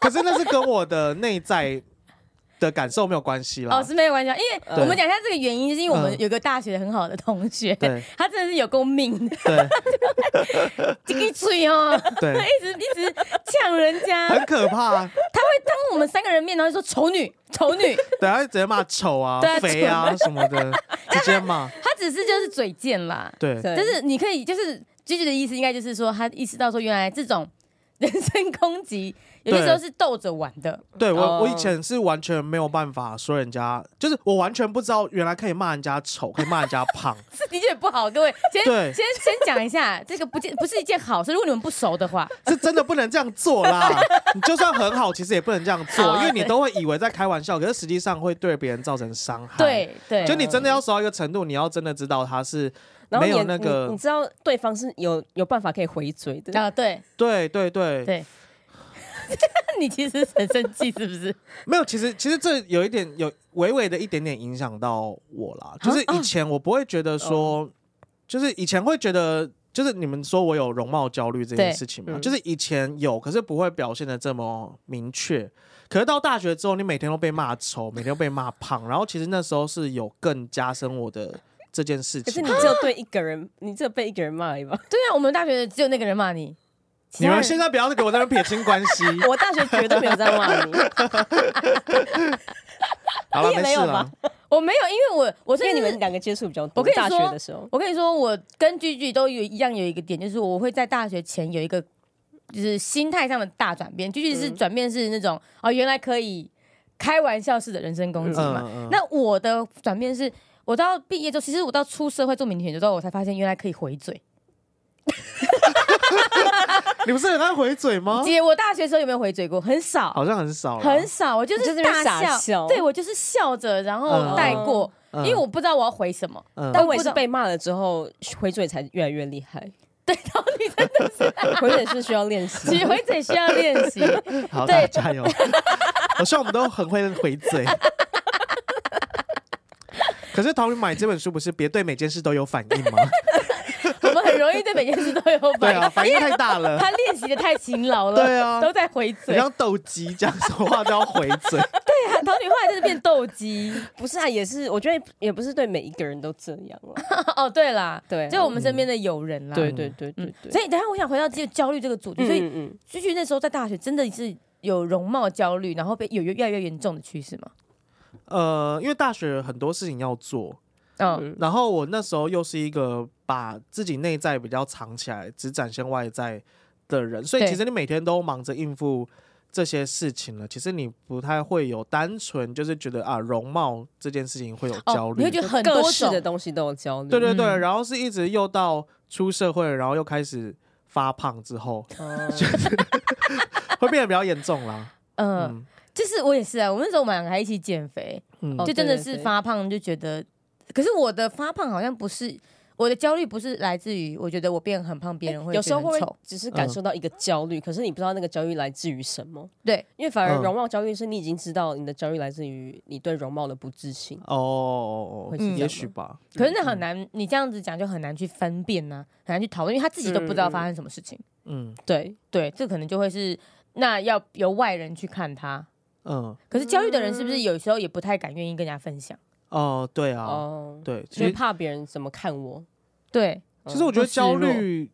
Speaker 1: 可是那是跟我的内在的感受没有关系啦。
Speaker 3: 哦，是没有关系，因为
Speaker 1: 呃
Speaker 3: 我们讲一下这个原因，是因为我们有个大学很好的同学，
Speaker 1: 嗯对
Speaker 3: 他真的是有够命，
Speaker 1: 对
Speaker 3: 这个嘴哦，
Speaker 1: 对，哎
Speaker 3: 一直一直呛人 家。
Speaker 1: 很可怕、
Speaker 3: 当我们三个人面，然后就说丑女，丑女，
Speaker 1: 等下直接骂丑啊、
Speaker 3: 对啊
Speaker 1: 肥啊什么的，直接骂。
Speaker 3: 他只是就是嘴贱啦。
Speaker 1: 对，
Speaker 2: 对
Speaker 3: 但是你可以就是句句的意思，应该就是说他意识到说原来这种 人身攻击有些时候是逗着玩的，
Speaker 1: 对我、我以
Speaker 2: 哦
Speaker 1: 前是完全没有办法说人家，就是我完全不知道原来可以骂人家丑，可以骂人家胖。
Speaker 3: 这的确不好。各位先
Speaker 1: 对
Speaker 3: 先先讲一下，这个不见不是一件好事。如果你们不熟的话，
Speaker 1: 是真的不能这样做啦。你就算很好，其实也不能这样做，
Speaker 3: 哦
Speaker 1: 因为你都会以为在开玩笑，可是实际上会对别人造成伤害。，
Speaker 3: 对对，
Speaker 1: 就你真的要熟到一个程度，你要真的知道他是
Speaker 2: 然后
Speaker 1: 没有
Speaker 2: 你也
Speaker 1: 那
Speaker 2: 你，
Speaker 1: 个
Speaker 2: 你，知道对方是有有办法可以回嘴的。
Speaker 3: 啊对
Speaker 1: 对对对，
Speaker 3: 对。 你其实很生气，是不是？
Speaker 1: 没有。其实其实这有一点有微微的一点点影响到我
Speaker 2: 啊
Speaker 1: 啦，就是以前我不会觉得说，
Speaker 2: 哦
Speaker 1: 就是以前会觉得。就是你们说我有容貌焦虑这件
Speaker 3: 对
Speaker 1: 事情嘛，
Speaker 2: 嗯
Speaker 1: 就是以前有，可是不会表现的这么明确。可是到大学之后，你每天都被骂丑，每天都被骂胖，然后其实那时候是有更加深我的这件事
Speaker 2: 可是
Speaker 1: 情
Speaker 2: 你。只有对一个人，你只有被一个人骂而已吧？
Speaker 3: 对啊，我们大学只有那个人骂你，其
Speaker 1: 你
Speaker 3: 他
Speaker 1: 们
Speaker 3: 人
Speaker 1: 现在不要再给我在那边撇清关系，
Speaker 2: 我大学绝对没有在骂 你，
Speaker 1: 好了，
Speaker 2: 你也
Speaker 1: 没事
Speaker 2: 没有
Speaker 1: 了
Speaker 2: 吧。
Speaker 3: 我没有，因为我我
Speaker 2: 因
Speaker 3: 是
Speaker 2: 为你们两个接触比较多。
Speaker 3: 我跟你
Speaker 2: 大学
Speaker 3: 说
Speaker 2: 的时候，
Speaker 3: 我跟你说，我跟句句都有一样有一个点，就是我会在大学前有一个就是心态上的大转变。句句是
Speaker 2: 嗯
Speaker 3: 转变是那种哦，原来可以开玩笑式的人身攻击嘛。
Speaker 1: 嗯
Speaker 3: 那我的转变是我到毕业之后，其实我到出社会做民选之后，我才发现原来可以回嘴。
Speaker 1: 你不是很爱回嘴吗？
Speaker 3: 姐，我大学的时候有没有回嘴过？很少，
Speaker 1: 好像很少啦，
Speaker 3: 很少，我就是
Speaker 2: 你就是在那
Speaker 3: 大
Speaker 2: 边傻
Speaker 3: 笑，
Speaker 2: 笑
Speaker 3: 对我就是笑着然后
Speaker 1: 嗯
Speaker 3: 带过。
Speaker 1: 嗯
Speaker 3: 因为我不知道我要回什么。
Speaker 1: 嗯
Speaker 2: 但我也是被骂了之后，回嘴才越来越厉害。
Speaker 3: 对，然后你真的是，
Speaker 2: 回嘴是需要练 习
Speaker 3: 其实
Speaker 2: 的，
Speaker 3: 回嘴需要练习。
Speaker 1: 好，大
Speaker 3: 对
Speaker 1: 家加油！ 我希望我们都很会回 嘴。可是陶云买这本书不是别对每件事都有反应 吗？
Speaker 3: 我们很容易对每件事都有
Speaker 1: 对
Speaker 3: 反应，
Speaker 1: 啊，反应太大了。
Speaker 3: 他练习的太勤劳了，
Speaker 1: 对啊
Speaker 3: 都在回嘴
Speaker 1: 你。像斗鸡讲什么话都要回嘴，
Speaker 3: 桃女后来真的变斗鸡。
Speaker 2: 不是啊，也是，我觉得也不是对每一个人都这样啊。
Speaker 3: 哦，对啦，
Speaker 2: 对啊
Speaker 3: 就我们身边的友人啦。
Speaker 2: 对对对对
Speaker 3: 嗯，
Speaker 2: 对，
Speaker 3: 所以等一下我想回到这个焦虑这个主题，
Speaker 2: 嗯
Speaker 3: 所以
Speaker 2: 嗯嗯
Speaker 3: 菊菊那时候在大学真的是有容貌焦虑，然后被有越越来越严重的趋势嘛？
Speaker 1: 呃，因为大学很多事情要做，
Speaker 3: 嗯，
Speaker 2: 嗯
Speaker 1: 然后我那时候又是一个把自己内在比较藏起来，只展现外在的人，所以
Speaker 3: 对
Speaker 1: 其实你每天都忙着应付这些事情了，其实你不太会有单纯就是觉得啊容貌这件事情会有焦
Speaker 3: 哦，
Speaker 1: 虑，
Speaker 3: 你会觉得很
Speaker 2: 各
Speaker 3: 多
Speaker 2: 式
Speaker 3: 种
Speaker 2: 的东西都有焦虑。
Speaker 1: 对对对，
Speaker 3: 嗯
Speaker 1: 然后是一直又到出社会，然后又开始发胖之后，
Speaker 2: 哦
Speaker 1: 会变得比较严重啦。
Speaker 3: 嗯，
Speaker 1: 嗯
Speaker 3: 就是我也是啊，我那时候我们两个还一起减肥，
Speaker 1: 嗯
Speaker 2: 哦
Speaker 3: 就真的
Speaker 2: 对对
Speaker 3: 是
Speaker 2: 对
Speaker 3: 发胖就觉得，可是我的发胖好像不是我的焦虑，不是来自于我觉得我变很胖，别人会
Speaker 2: 哎有时候
Speaker 3: 觉得很
Speaker 2: 会不
Speaker 3: 丑
Speaker 2: 会，只是感受到一个焦虑，可是你不知道那个焦虑来自于什么，
Speaker 3: 对，
Speaker 2: 因为反
Speaker 1: 嗯
Speaker 2: 而容貌焦虑是你已经知道你的焦虑来自于你对容貌的不自信。
Speaker 1: 哦哦，哦
Speaker 2: 会
Speaker 3: 这
Speaker 2: 是
Speaker 1: 哦
Speaker 3: 样吗
Speaker 1: 也许吧。嗯
Speaker 3: 可是那
Speaker 2: 嗯
Speaker 3: 很难，你这样子讲就很难去分辨呐、很难去讨论，因为他自己都不知道发生什么事情。
Speaker 1: 嗯
Speaker 2: 对，
Speaker 3: 对，这可能就会是那要由外人去看他。
Speaker 1: 嗯
Speaker 3: 可是焦虑的人是不是有时候也不太敢愿意跟人家分享？
Speaker 1: 哦，对啊，
Speaker 2: 哦，
Speaker 1: 对，其
Speaker 2: 所以
Speaker 1: 实
Speaker 2: 怕别人怎么看我。
Speaker 3: 对，
Speaker 1: 其实我觉得
Speaker 2: 嗯
Speaker 1: 焦，
Speaker 2: 会示弱
Speaker 1: 虑，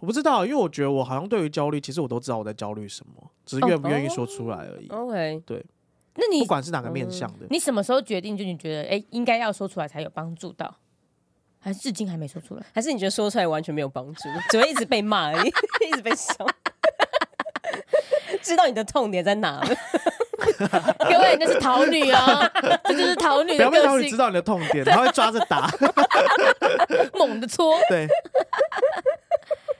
Speaker 1: 我不知道，因为我觉得我好像对于焦虑，其实我都知道我在焦虑什么，只是愿不愿意说出来
Speaker 3: 哦
Speaker 1: 而已。
Speaker 2: OK，
Speaker 3: 那
Speaker 1: 不
Speaker 3: 你
Speaker 1: 管是哪个面向的，
Speaker 3: 你什么时候决定？就你觉得哎、诶应该要说出来才有帮助到，还是至今还没说出来？
Speaker 2: 还是你觉得说出来完全没有帮 助，只会一直被骂而已， 一直被笑。知道你的痛点在哪了，
Speaker 3: 各位，那是桃女 哦，这就是桃女
Speaker 1: 不
Speaker 3: 的
Speaker 1: 要被老
Speaker 3: 个
Speaker 1: 女知
Speaker 3: 性，
Speaker 1: 道你的痛点，他会抓着 打。
Speaker 3: 猛的搓。
Speaker 1: 对，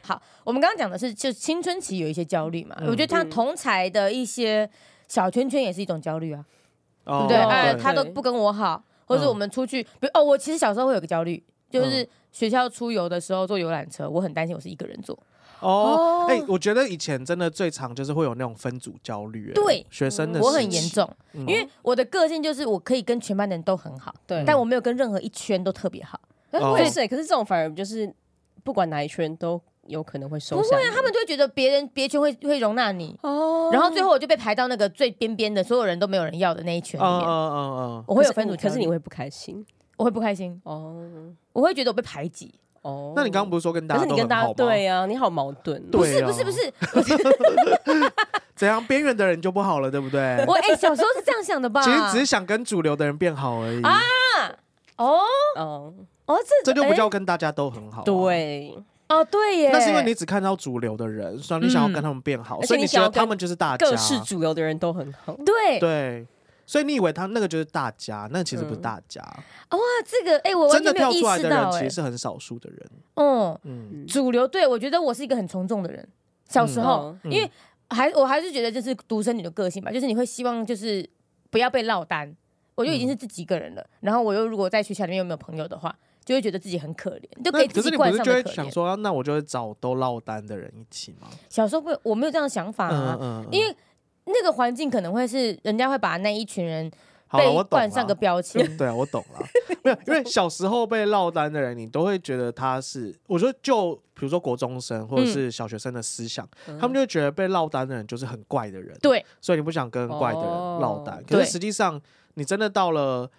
Speaker 3: 好，我们刚刚讲的是，就青春期有一些焦虑嘛，
Speaker 1: 嗯
Speaker 3: 我觉得他
Speaker 2: 嗯
Speaker 3: 同才的一些小圈圈也是一种焦虑啊，
Speaker 1: 哦
Speaker 3: 对不对？
Speaker 2: 哦
Speaker 3: 哎，
Speaker 2: 对
Speaker 3: 他都不跟我好，或者我们出去，比如哦，我其实小时候会有个焦虑，就是
Speaker 1: 嗯
Speaker 3: 学校出游的时候坐游览车，我很担心我是一个人坐。
Speaker 1: 哦
Speaker 3: 哦，
Speaker 1: 哎，我觉得以前真的最常就是会有那种分组焦虑，哎
Speaker 3: 对
Speaker 1: 学生的
Speaker 3: 我
Speaker 1: 时
Speaker 3: 很严
Speaker 1: 期，
Speaker 3: 重，
Speaker 1: 嗯
Speaker 3: 因为我的个性就是我可以跟全班的人都很好，
Speaker 2: 对
Speaker 3: 但我没有跟任何一圈都特别好。
Speaker 2: 但
Speaker 1: 哦
Speaker 2: 我也是，可是这种反而就是不管哪一圈都有可能会受
Speaker 3: 不
Speaker 2: 伤。
Speaker 3: 会啊，他们就会觉得别人别圈会会容纳你，
Speaker 2: 哦
Speaker 3: 然后最后我就被排到那个最边边的，所有人都没有人要的那一圈
Speaker 1: 嗯
Speaker 3: 里
Speaker 1: 嗯嗯
Speaker 3: 面。
Speaker 1: 嗯嗯。
Speaker 3: 我会有分组焦虑，
Speaker 2: 可是你会不开心
Speaker 3: 我会不开心，
Speaker 2: 哦
Speaker 3: 我会觉得我被排挤。
Speaker 2: 哦。
Speaker 1: 那你刚刚不是说跟大
Speaker 2: 可
Speaker 1: 家
Speaker 2: 是
Speaker 1: 都
Speaker 2: 你
Speaker 1: 很
Speaker 2: 跟大
Speaker 1: 好
Speaker 2: 家
Speaker 1: 吗？
Speaker 2: 对啊，你好矛盾哦。
Speaker 1: 对
Speaker 3: 不是
Speaker 1: 啊
Speaker 3: 不是不是，
Speaker 1: 怎样边缘的人就不好了，对不对？
Speaker 3: 我哎、小时候是这样想的吧？
Speaker 1: 其实只是想跟主流的人变好而已，
Speaker 3: 哦
Speaker 2: 哦，
Speaker 3: 哦
Speaker 1: 这
Speaker 3: 这
Speaker 1: 就不
Speaker 3: 啊哎
Speaker 1: 叫跟大家都很好啊。
Speaker 2: 对，
Speaker 3: 哦对耶，
Speaker 1: 那是因为你只看到主流的人，所以你想要跟他们变好，
Speaker 2: 嗯
Speaker 1: 所以
Speaker 2: 而且
Speaker 1: 你
Speaker 2: 你
Speaker 1: 觉
Speaker 2: 想
Speaker 1: 得
Speaker 2: 要
Speaker 1: 他们就是大家。
Speaker 2: 各式主流的人都很好。
Speaker 3: 对
Speaker 1: 对，所以你以为他那个就是大家，那其实不是大家，
Speaker 3: 那这个哎、嗯我完
Speaker 1: 真的
Speaker 3: 全没有
Speaker 1: 跳
Speaker 3: 意
Speaker 1: 出来
Speaker 3: 识
Speaker 1: 的
Speaker 3: 到
Speaker 1: 人其
Speaker 3: 哎、
Speaker 1: 实是很少数的人。
Speaker 3: 嗯，
Speaker 1: 嗯，
Speaker 3: 主流对我觉得我是一个很从众的人，小时候、
Speaker 2: 嗯
Speaker 1: 嗯
Speaker 3: 因为还我还是觉得这是独生女的个性吧，就是你会希望就是不要被落单，我就已
Speaker 1: 嗯
Speaker 3: 经是自己一个人了，然后我又如果在学校里面又没有朋友的话，就会觉得自己很可怜，就
Speaker 1: 那
Speaker 3: 给
Speaker 1: 可
Speaker 3: 自
Speaker 1: 是
Speaker 3: 己
Speaker 1: 你不
Speaker 3: 冠
Speaker 1: 是
Speaker 3: 上
Speaker 1: 就
Speaker 3: 的
Speaker 1: 会
Speaker 3: 可
Speaker 1: 想
Speaker 3: 怜。
Speaker 1: 说，啊那我就会找都落单的人一起吗？
Speaker 3: 小时候会我没有这样的想法啊，
Speaker 1: 嗯
Speaker 3: 因为那个环境可能会是人家会把那一群人
Speaker 1: 好了，
Speaker 3: 被
Speaker 1: 我懂
Speaker 3: 冠上个
Speaker 1: 了。
Speaker 3: 标签，
Speaker 1: 对啊，我懂了。没有，因 为小时候被落单的人，你都会觉得他是，我说就比如说国中生
Speaker 3: 嗯
Speaker 1: 或者是小学生的思想，他们就会觉得被落单的人就是很怪的人。
Speaker 3: 对，
Speaker 1: 所以你不想跟怪的人落单。
Speaker 2: 哦
Speaker 1: 可
Speaker 3: 对
Speaker 1: 是实际上，你真的到了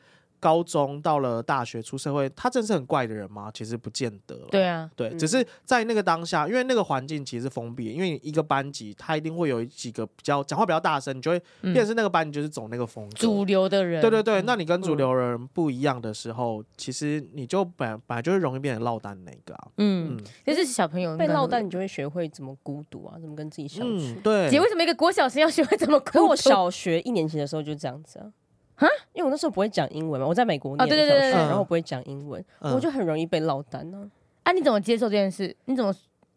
Speaker 1: 高中，到了大学，出社会，他真的是很怪的人吗？其实不见得了。
Speaker 3: 对啊，
Speaker 1: 对，
Speaker 2: 嗯
Speaker 1: 只是在那个当下，因为那个环境其实是封闭的，因为你一个班级，他一定会有几个比较讲话比较大声，你就会变成
Speaker 3: 嗯，
Speaker 1: 是那个班，你就是走那个风格。
Speaker 3: 主流的人，嗯
Speaker 1: 对对对，那你跟主流人不一样的时候，其实你就本本来就会容易变成落单那个啊。
Speaker 3: 嗯，
Speaker 1: 嗯
Speaker 3: 这是小朋友
Speaker 2: 被落单，
Speaker 3: 应
Speaker 2: 你就会学会怎么孤独啊，怎么跟自己相处。
Speaker 1: 嗯，对
Speaker 3: 该。姐为什么一个国小生要学会怎么
Speaker 2: 可
Speaker 3: 哭？
Speaker 2: 我小学一年级的时候就这样子啊，
Speaker 3: 啊，
Speaker 2: 因为我那时候不会讲英文嘛，我在美国念
Speaker 3: 哦对对对
Speaker 2: 小
Speaker 1: 对
Speaker 2: 学
Speaker 1: 对
Speaker 2: 然后我不会讲英文，
Speaker 1: 嗯
Speaker 2: 我就很容易被落单呢、
Speaker 3: 啊，你怎么接受这件事？你怎么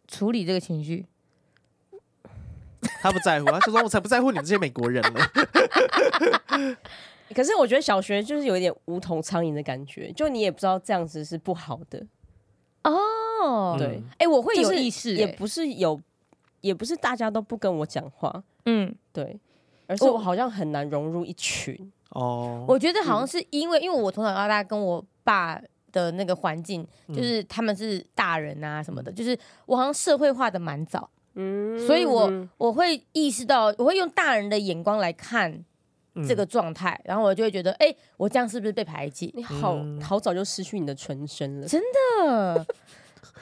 Speaker 3: 处理这个情绪？
Speaker 1: 他不在乎，他就说我才不在乎你们这些美国人呢。
Speaker 2: 可是我觉得小学就是有一点无头苍蝇的感觉，就你也不知道这样子是不好的，
Speaker 3: 哦，
Speaker 2: 对
Speaker 1: 嗯，
Speaker 3: 哎，我会
Speaker 2: 就
Speaker 3: 有
Speaker 2: 是欸
Speaker 3: 意识，
Speaker 2: 也
Speaker 3: 哎
Speaker 2: 不是有，也不是大家都不跟我讲话，
Speaker 3: 嗯，
Speaker 2: 对，而是
Speaker 3: 我
Speaker 2: 我好像很难融入一群，
Speaker 1: 哦，
Speaker 3: 我觉得好像是因为，因为我从小到大跟我爸的那个环境，就是他们是大人啊什么的，就是我好像社会化的蛮早，
Speaker 2: 嗯，
Speaker 3: 所以我会意识到，我会用大人的眼光来看
Speaker 1: 嗯
Speaker 3: 这个状态，然后我就会觉得，哎、我这样是不是被排挤？
Speaker 2: 你好
Speaker 1: 嗯
Speaker 2: 好早就失去你的纯真了，
Speaker 3: 嗯，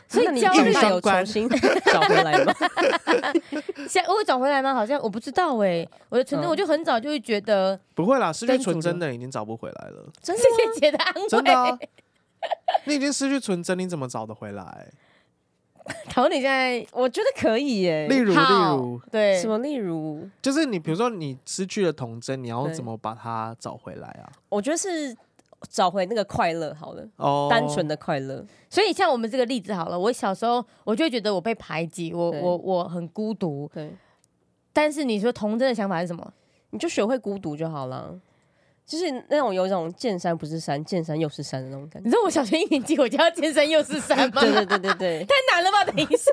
Speaker 3: 所
Speaker 2: 那
Speaker 3: 以
Speaker 2: 你
Speaker 3: 焦虑
Speaker 2: 长，大
Speaker 1: 上
Speaker 2: 有
Speaker 1: 关
Speaker 2: 重新 找回来 吗？
Speaker 3: 现在我会找回来吗？好像我不知道哎、我的纯真，
Speaker 2: 嗯
Speaker 3: 我就很早就会觉得，
Speaker 1: 不会啦，失去
Speaker 2: 跟主
Speaker 1: 纯真
Speaker 2: 流
Speaker 1: 的已经找不回来 了，
Speaker 3: 谢谢姐的安慰。
Speaker 1: 真的啊。你已经失去纯真，你怎么找得回 来？
Speaker 3: 陶你现在
Speaker 2: 我觉得可以耶、
Speaker 1: 例如，例
Speaker 3: 好
Speaker 1: 如，
Speaker 3: 对
Speaker 2: 什么？例如，
Speaker 1: 就是你，比如说你失去了童真，你要
Speaker 2: 对
Speaker 1: 怎么把它找回来啊？
Speaker 2: 我觉得是找回那个快乐，好了，
Speaker 1: 哦，
Speaker 2: 单纯的快乐，
Speaker 3: 所以像我们这个例子好了，我小时候我就会觉得我被排挤，我
Speaker 2: 对
Speaker 3: 我我很孤独。
Speaker 2: 对，
Speaker 3: 但是你说童真的想法是什么？
Speaker 2: 你就学会孤独就好了。就是那种有一种见山不是山，见山又是山的那种感
Speaker 3: 你
Speaker 2: 觉。
Speaker 3: 知道我小学一年级我就要健身又是山 吗？
Speaker 2: 对对对对对，
Speaker 3: 太难了吧！等一下，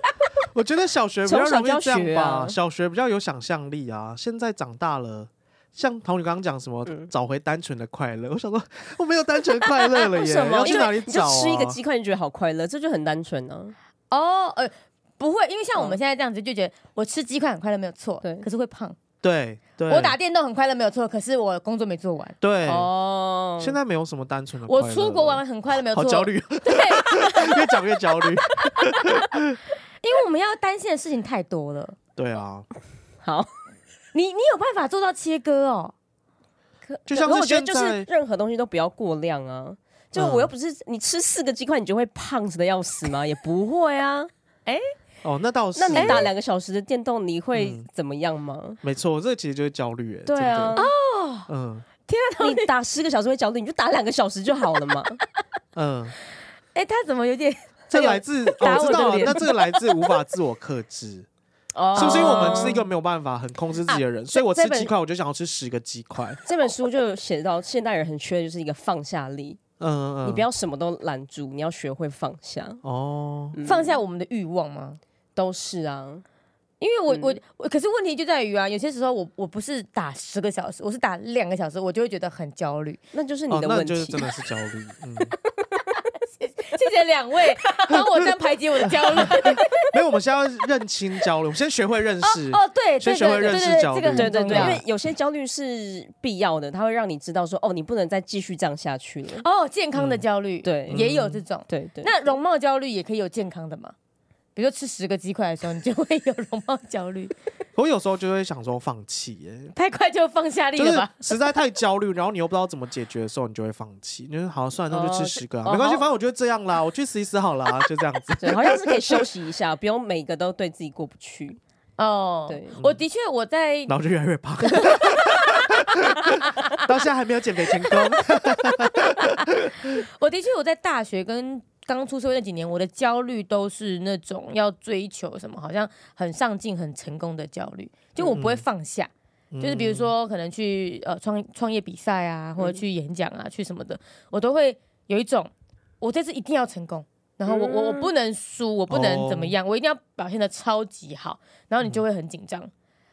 Speaker 1: 我觉得小学比较
Speaker 2: 从小
Speaker 1: 容易这样
Speaker 2: 教学
Speaker 1: 吧，
Speaker 2: 啊
Speaker 1: 小学比较有想象力啊。现在长大了，像童女刚刚讲什么
Speaker 2: 嗯
Speaker 1: 找回单纯的快乐，我想说我没有单纯快乐 了耶，
Speaker 2: 什么
Speaker 1: 要去哪里
Speaker 2: 你
Speaker 1: 找
Speaker 2: 就
Speaker 1: 啊？
Speaker 2: 吃一个鸡块，你觉得好快乐，这就很单纯啊。
Speaker 3: 哦，呃，不会，因为像我们
Speaker 2: 嗯
Speaker 3: 现在这样子就觉得我吃鸡块很快乐没有错，
Speaker 2: 对
Speaker 3: 可是会胖。
Speaker 1: 对对，
Speaker 3: 我打电动很快乐没有错，可是我工作没做完。
Speaker 1: 对。
Speaker 2: 哦，
Speaker 1: 现在没有什么单纯的快
Speaker 3: 我
Speaker 1: 乐了，
Speaker 3: 出国玩很快乐没有
Speaker 1: 好
Speaker 3: 错，
Speaker 1: 焦 虑，
Speaker 3: 对，因
Speaker 1: 越讲越焦虑。
Speaker 3: 为我们要担心的事情太多了。
Speaker 1: 对啊，
Speaker 2: 好，
Speaker 3: 你你有办法做到切割哦？
Speaker 1: 就像
Speaker 2: 可我
Speaker 1: 是
Speaker 2: 觉
Speaker 1: 现
Speaker 2: 得就是
Speaker 1: 在，
Speaker 2: 任何东西都不要过量啊。就
Speaker 1: 嗯
Speaker 2: 我又不是你吃四个鸡块你就会胖死的要死吗？也不会 啊。
Speaker 1: 哦，那倒是，
Speaker 2: 那你打两个小时的电动，你会
Speaker 1: 嗯
Speaker 2: 怎么样吗？
Speaker 1: 没错，这其实就是焦虑，哎，
Speaker 2: 对啊，
Speaker 1: 真的，嗯
Speaker 2: 你打十个小时会焦虑，你就打两个小时就好了嘛。
Speaker 1: 嗯，
Speaker 3: 哎，他怎么有点
Speaker 1: 这来自哦，
Speaker 2: 哎打
Speaker 1: 我
Speaker 2: 我
Speaker 1: 知
Speaker 2: 的
Speaker 1: 道了，
Speaker 2: 脸
Speaker 1: 那这个来自无法自我克制，
Speaker 2: 哦啊
Speaker 1: 是不是因为我们是一个没有办法很控制自己的人，所以我吃鸡块我就想要吃十个鸡块，
Speaker 2: 这本书就有写到，现代人很缺的就是一个放下力，
Speaker 1: 嗯嗯，
Speaker 2: 你不要什么都拦住，你要学会放下，
Speaker 1: 哦，
Speaker 2: 嗯
Speaker 3: 放下我们的欲望吗？
Speaker 2: 都是啊。
Speaker 3: 因为我、
Speaker 2: 嗯
Speaker 3: 我我，可是问题就在于啊，有些时候我我不是打十个小时，我是打两个小时，我就会觉得很焦虑。
Speaker 2: 那就是你
Speaker 1: 哦，
Speaker 2: 的
Speaker 1: 那
Speaker 2: 问
Speaker 1: 就是
Speaker 2: 题
Speaker 1: 真，的是焦虑，嗯，
Speaker 3: 谢谢两 位帮我这样排解我的焦虑。
Speaker 1: 没有，我们现在要认清焦虑，我们先学会认识，
Speaker 3: 哦，对，
Speaker 1: 先
Speaker 3: 对对
Speaker 1: 学会
Speaker 3: 对
Speaker 1: 认
Speaker 3: 对
Speaker 1: 识
Speaker 3: 对，
Speaker 1: 焦
Speaker 3: 这
Speaker 1: 虑啊
Speaker 3: 个很
Speaker 2: 对对
Speaker 3: 重
Speaker 2: 对，啊
Speaker 3: 要
Speaker 2: 因为有些焦虑是必要的，它会让你知道说，哦，你不能再继续这样下去了。
Speaker 3: 哦，健康
Speaker 1: 嗯
Speaker 3: 的焦虑，
Speaker 2: 对
Speaker 3: 也有这种。
Speaker 2: 对对，
Speaker 3: 那容貌焦虑也可以有健康的嘛？比如说吃十个鸡块的时候，你就会有容貌焦虑，
Speaker 1: 我有时候就会想说放弃，哎，
Speaker 3: 太快就放下力
Speaker 1: 就
Speaker 3: 了
Speaker 1: 是
Speaker 3: 吧？
Speaker 1: 实在太焦虑，然后你又不知道怎么解决的时候，你就会放弃。你就是好，算了，那我就
Speaker 2: 哦
Speaker 1: 吃十个、啊，
Speaker 2: 哦
Speaker 1: 没关系，
Speaker 2: 好
Speaker 1: 反正我就这样啦，我去死一死好啦，就这样 子。
Speaker 2: 对，好像是可以休息一下，不用每个都对自己过不去。
Speaker 3: 哦，
Speaker 2: 对
Speaker 3: 我
Speaker 1: 嗯
Speaker 3: 的确我在
Speaker 1: 然后就越来越胖，到现在还没有减肥成功。
Speaker 3: 我的确有在大学跟刚出社会那几年，我的焦虑都是那种要追求什么，好像很上进、很成功的焦虑，就我不会放下。就是比如说，可能去呃创创业比赛啊，或者去演讲啊，去什么的，我都会有一种，我这次一定要成功，然后我我我不能输，我不能怎么样，我一定要表现的超级好，然后你就会很紧张，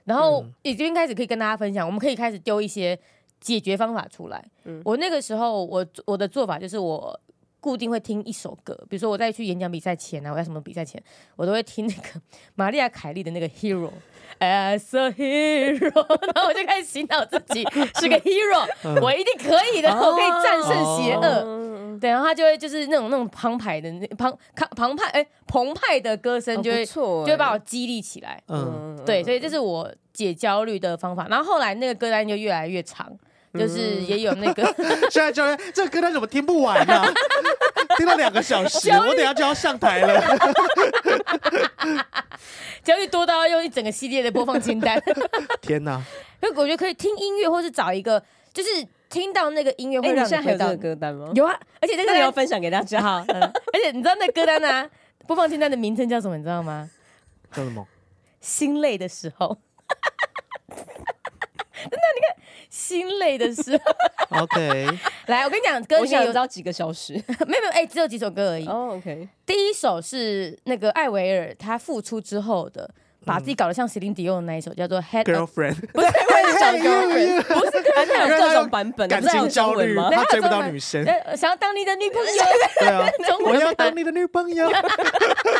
Speaker 3: 然后已经开始可以跟大家分享，我们可以开始丢一些解决方法出来。我那个时候，我我的做法就是我固定会听一首歌，比如说我在去演讲比赛前啊，我在什么比赛前，我都会听那个玛丽亚凯莉的那个 Hero。As a hero，然 后我就开始洗脑自己是个 hero，、我一定可以的，我可以战胜邪恶。
Speaker 2: 哦嗯，
Speaker 3: 对，然后他就会就是那种那种澎湃的那澎澎澎湃哎、澎湃的歌声就会、
Speaker 2: 不错欸，
Speaker 3: 就会把我激励起来。
Speaker 1: 嗯，
Speaker 3: 对，所以这是我解焦虑的方法。然后后来那个歌单就越来越长，就是
Speaker 2: 嗯
Speaker 3: 也有那个
Speaker 1: 现在教练这个歌单怎么听不完呢、听到两个小时，我等一下就要上台了。
Speaker 3: 焦虑多到要用一整个系列的播放清单。
Speaker 1: 天哪，
Speaker 3: 所以我觉得可以听音乐，或是找一个，就是听到那个音乐
Speaker 2: 哎，
Speaker 3: 会
Speaker 2: 你
Speaker 3: 让
Speaker 2: 现在还
Speaker 3: 回
Speaker 2: 有这
Speaker 3: 到
Speaker 2: 个歌单吗？
Speaker 3: 有啊，而且那
Speaker 2: 那你
Speaker 3: 个
Speaker 2: 要
Speaker 3: 分
Speaker 2: 分享给大家。
Speaker 3: 好，嗯而且你知道那歌单啊，播放清单的名称叫什么？你知道吗？
Speaker 1: 叫什么？
Speaker 3: 心累的时候。真的，你看，心累的时候。
Speaker 1: OK，
Speaker 3: 来，我跟你讲，歌
Speaker 2: 我
Speaker 3: 曲
Speaker 2: 想
Speaker 3: 有
Speaker 2: 知道几个小时。
Speaker 3: 没有没有，哎、只有几首歌而已。
Speaker 2: 哦，OK，
Speaker 3: 第一首是那个艾维尔他复出之后的，把自己搞得像 Celine Dion 的那一
Speaker 1: 嗯
Speaker 3: 首，叫做 Head Up。
Speaker 1: girlfriend
Speaker 2: 不是会找 girlfriend，不是还
Speaker 3: 有
Speaker 2: 有
Speaker 1: 各
Speaker 2: 各
Speaker 1: 种
Speaker 2: 种版本，
Speaker 1: 感情焦虑，
Speaker 2: 吗？
Speaker 1: 他
Speaker 3: 对
Speaker 1: 追不
Speaker 3: 他
Speaker 1: 到
Speaker 3: 中文
Speaker 1: 女生，
Speaker 3: 呃，想要当你的女朋友，
Speaker 1: 对啊，
Speaker 3: 中
Speaker 1: 我
Speaker 3: 文
Speaker 1: 要
Speaker 3: 版
Speaker 1: 当你的女朋 友。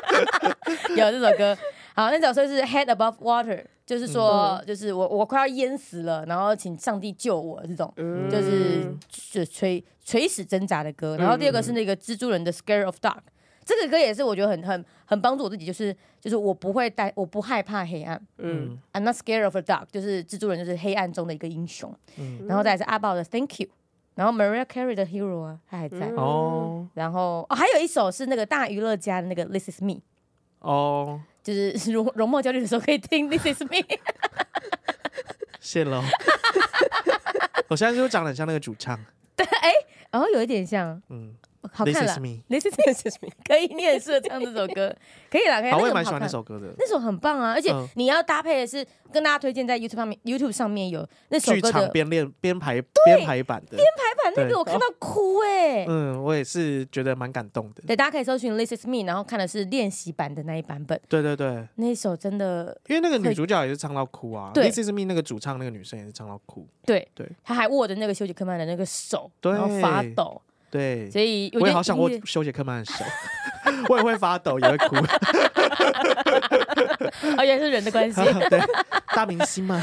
Speaker 3: 有这首歌。好，那首歌是 Head Above Water，就是说，
Speaker 1: 嗯
Speaker 3: 就是我我快要淹死了，然后请上帝救我这种，
Speaker 1: 嗯
Speaker 3: 就是是垂垂死挣扎的歌。然后第二个是那个蜘蛛人的 Scare of Dark，这个歌也是我觉得很很很帮助我自己，就是就是我不会带，我不害怕黑暗。
Speaker 1: 嗯
Speaker 3: I'm not scared of the dark，就是蜘蛛人就是黑暗中的一个英雄。
Speaker 1: 嗯
Speaker 3: 然后再来是阿豹的 Thank You，然后 Maria Carey 的 Hero 啊，他还在。
Speaker 2: 嗯
Speaker 1: 哦
Speaker 3: 然后哦，还有一首是那个大娱乐家的那个 This Is Me，
Speaker 1: 哦，
Speaker 3: 就是 容容貌焦虑的时候可以听 This Is Me。
Speaker 1: 谢喽。我现在就长得很像那个主唱，
Speaker 3: 然后有一点像，
Speaker 1: 嗯
Speaker 3: 好
Speaker 1: ，This
Speaker 3: 看
Speaker 1: is
Speaker 3: 了。
Speaker 1: me。
Speaker 3: This Is Me，可以，你很适合唱这首歌，可以啦，可以啦。
Speaker 1: 好，我
Speaker 3: 哎个
Speaker 1: 也蛮
Speaker 3: 很
Speaker 1: 喜欢那
Speaker 3: 看
Speaker 1: 首歌的，
Speaker 3: 那首很棒啊，而且
Speaker 1: 嗯
Speaker 3: 你要搭配的是跟大家推荐在 YouTube 上面，YouTube 上面有那首
Speaker 1: 剧
Speaker 3: 歌
Speaker 1: 场
Speaker 3: 的，
Speaker 1: 编练编排 编排版的，
Speaker 3: 排版
Speaker 1: 对
Speaker 3: 那
Speaker 1: 哦
Speaker 3: 个我看到哭哎、
Speaker 1: 嗯，我也是觉得蛮感动的。
Speaker 3: 对，大家可以搜寻 This Is Me，然后看的是练习版的那一版本，
Speaker 1: 对对对，
Speaker 3: 那一首真的
Speaker 1: 因为那个女主角也是唱到哭啊，《
Speaker 3: 对
Speaker 1: This Is Me》那个主唱那个女生也是唱到哭，
Speaker 3: 对
Speaker 1: 对，
Speaker 3: 他还握着那个休杰克曼的那个手，
Speaker 1: 对
Speaker 3: 然后发抖，
Speaker 1: 对，
Speaker 3: 所以
Speaker 1: 我
Speaker 3: 觉
Speaker 1: 也
Speaker 3: 得
Speaker 1: 好想
Speaker 3: 音
Speaker 1: 握
Speaker 3: 乐
Speaker 1: 修杰克曼的手，我也会发抖，也会 哭，
Speaker 3: 哦，原来是人的关系。
Speaker 1: 对，大明星嘛，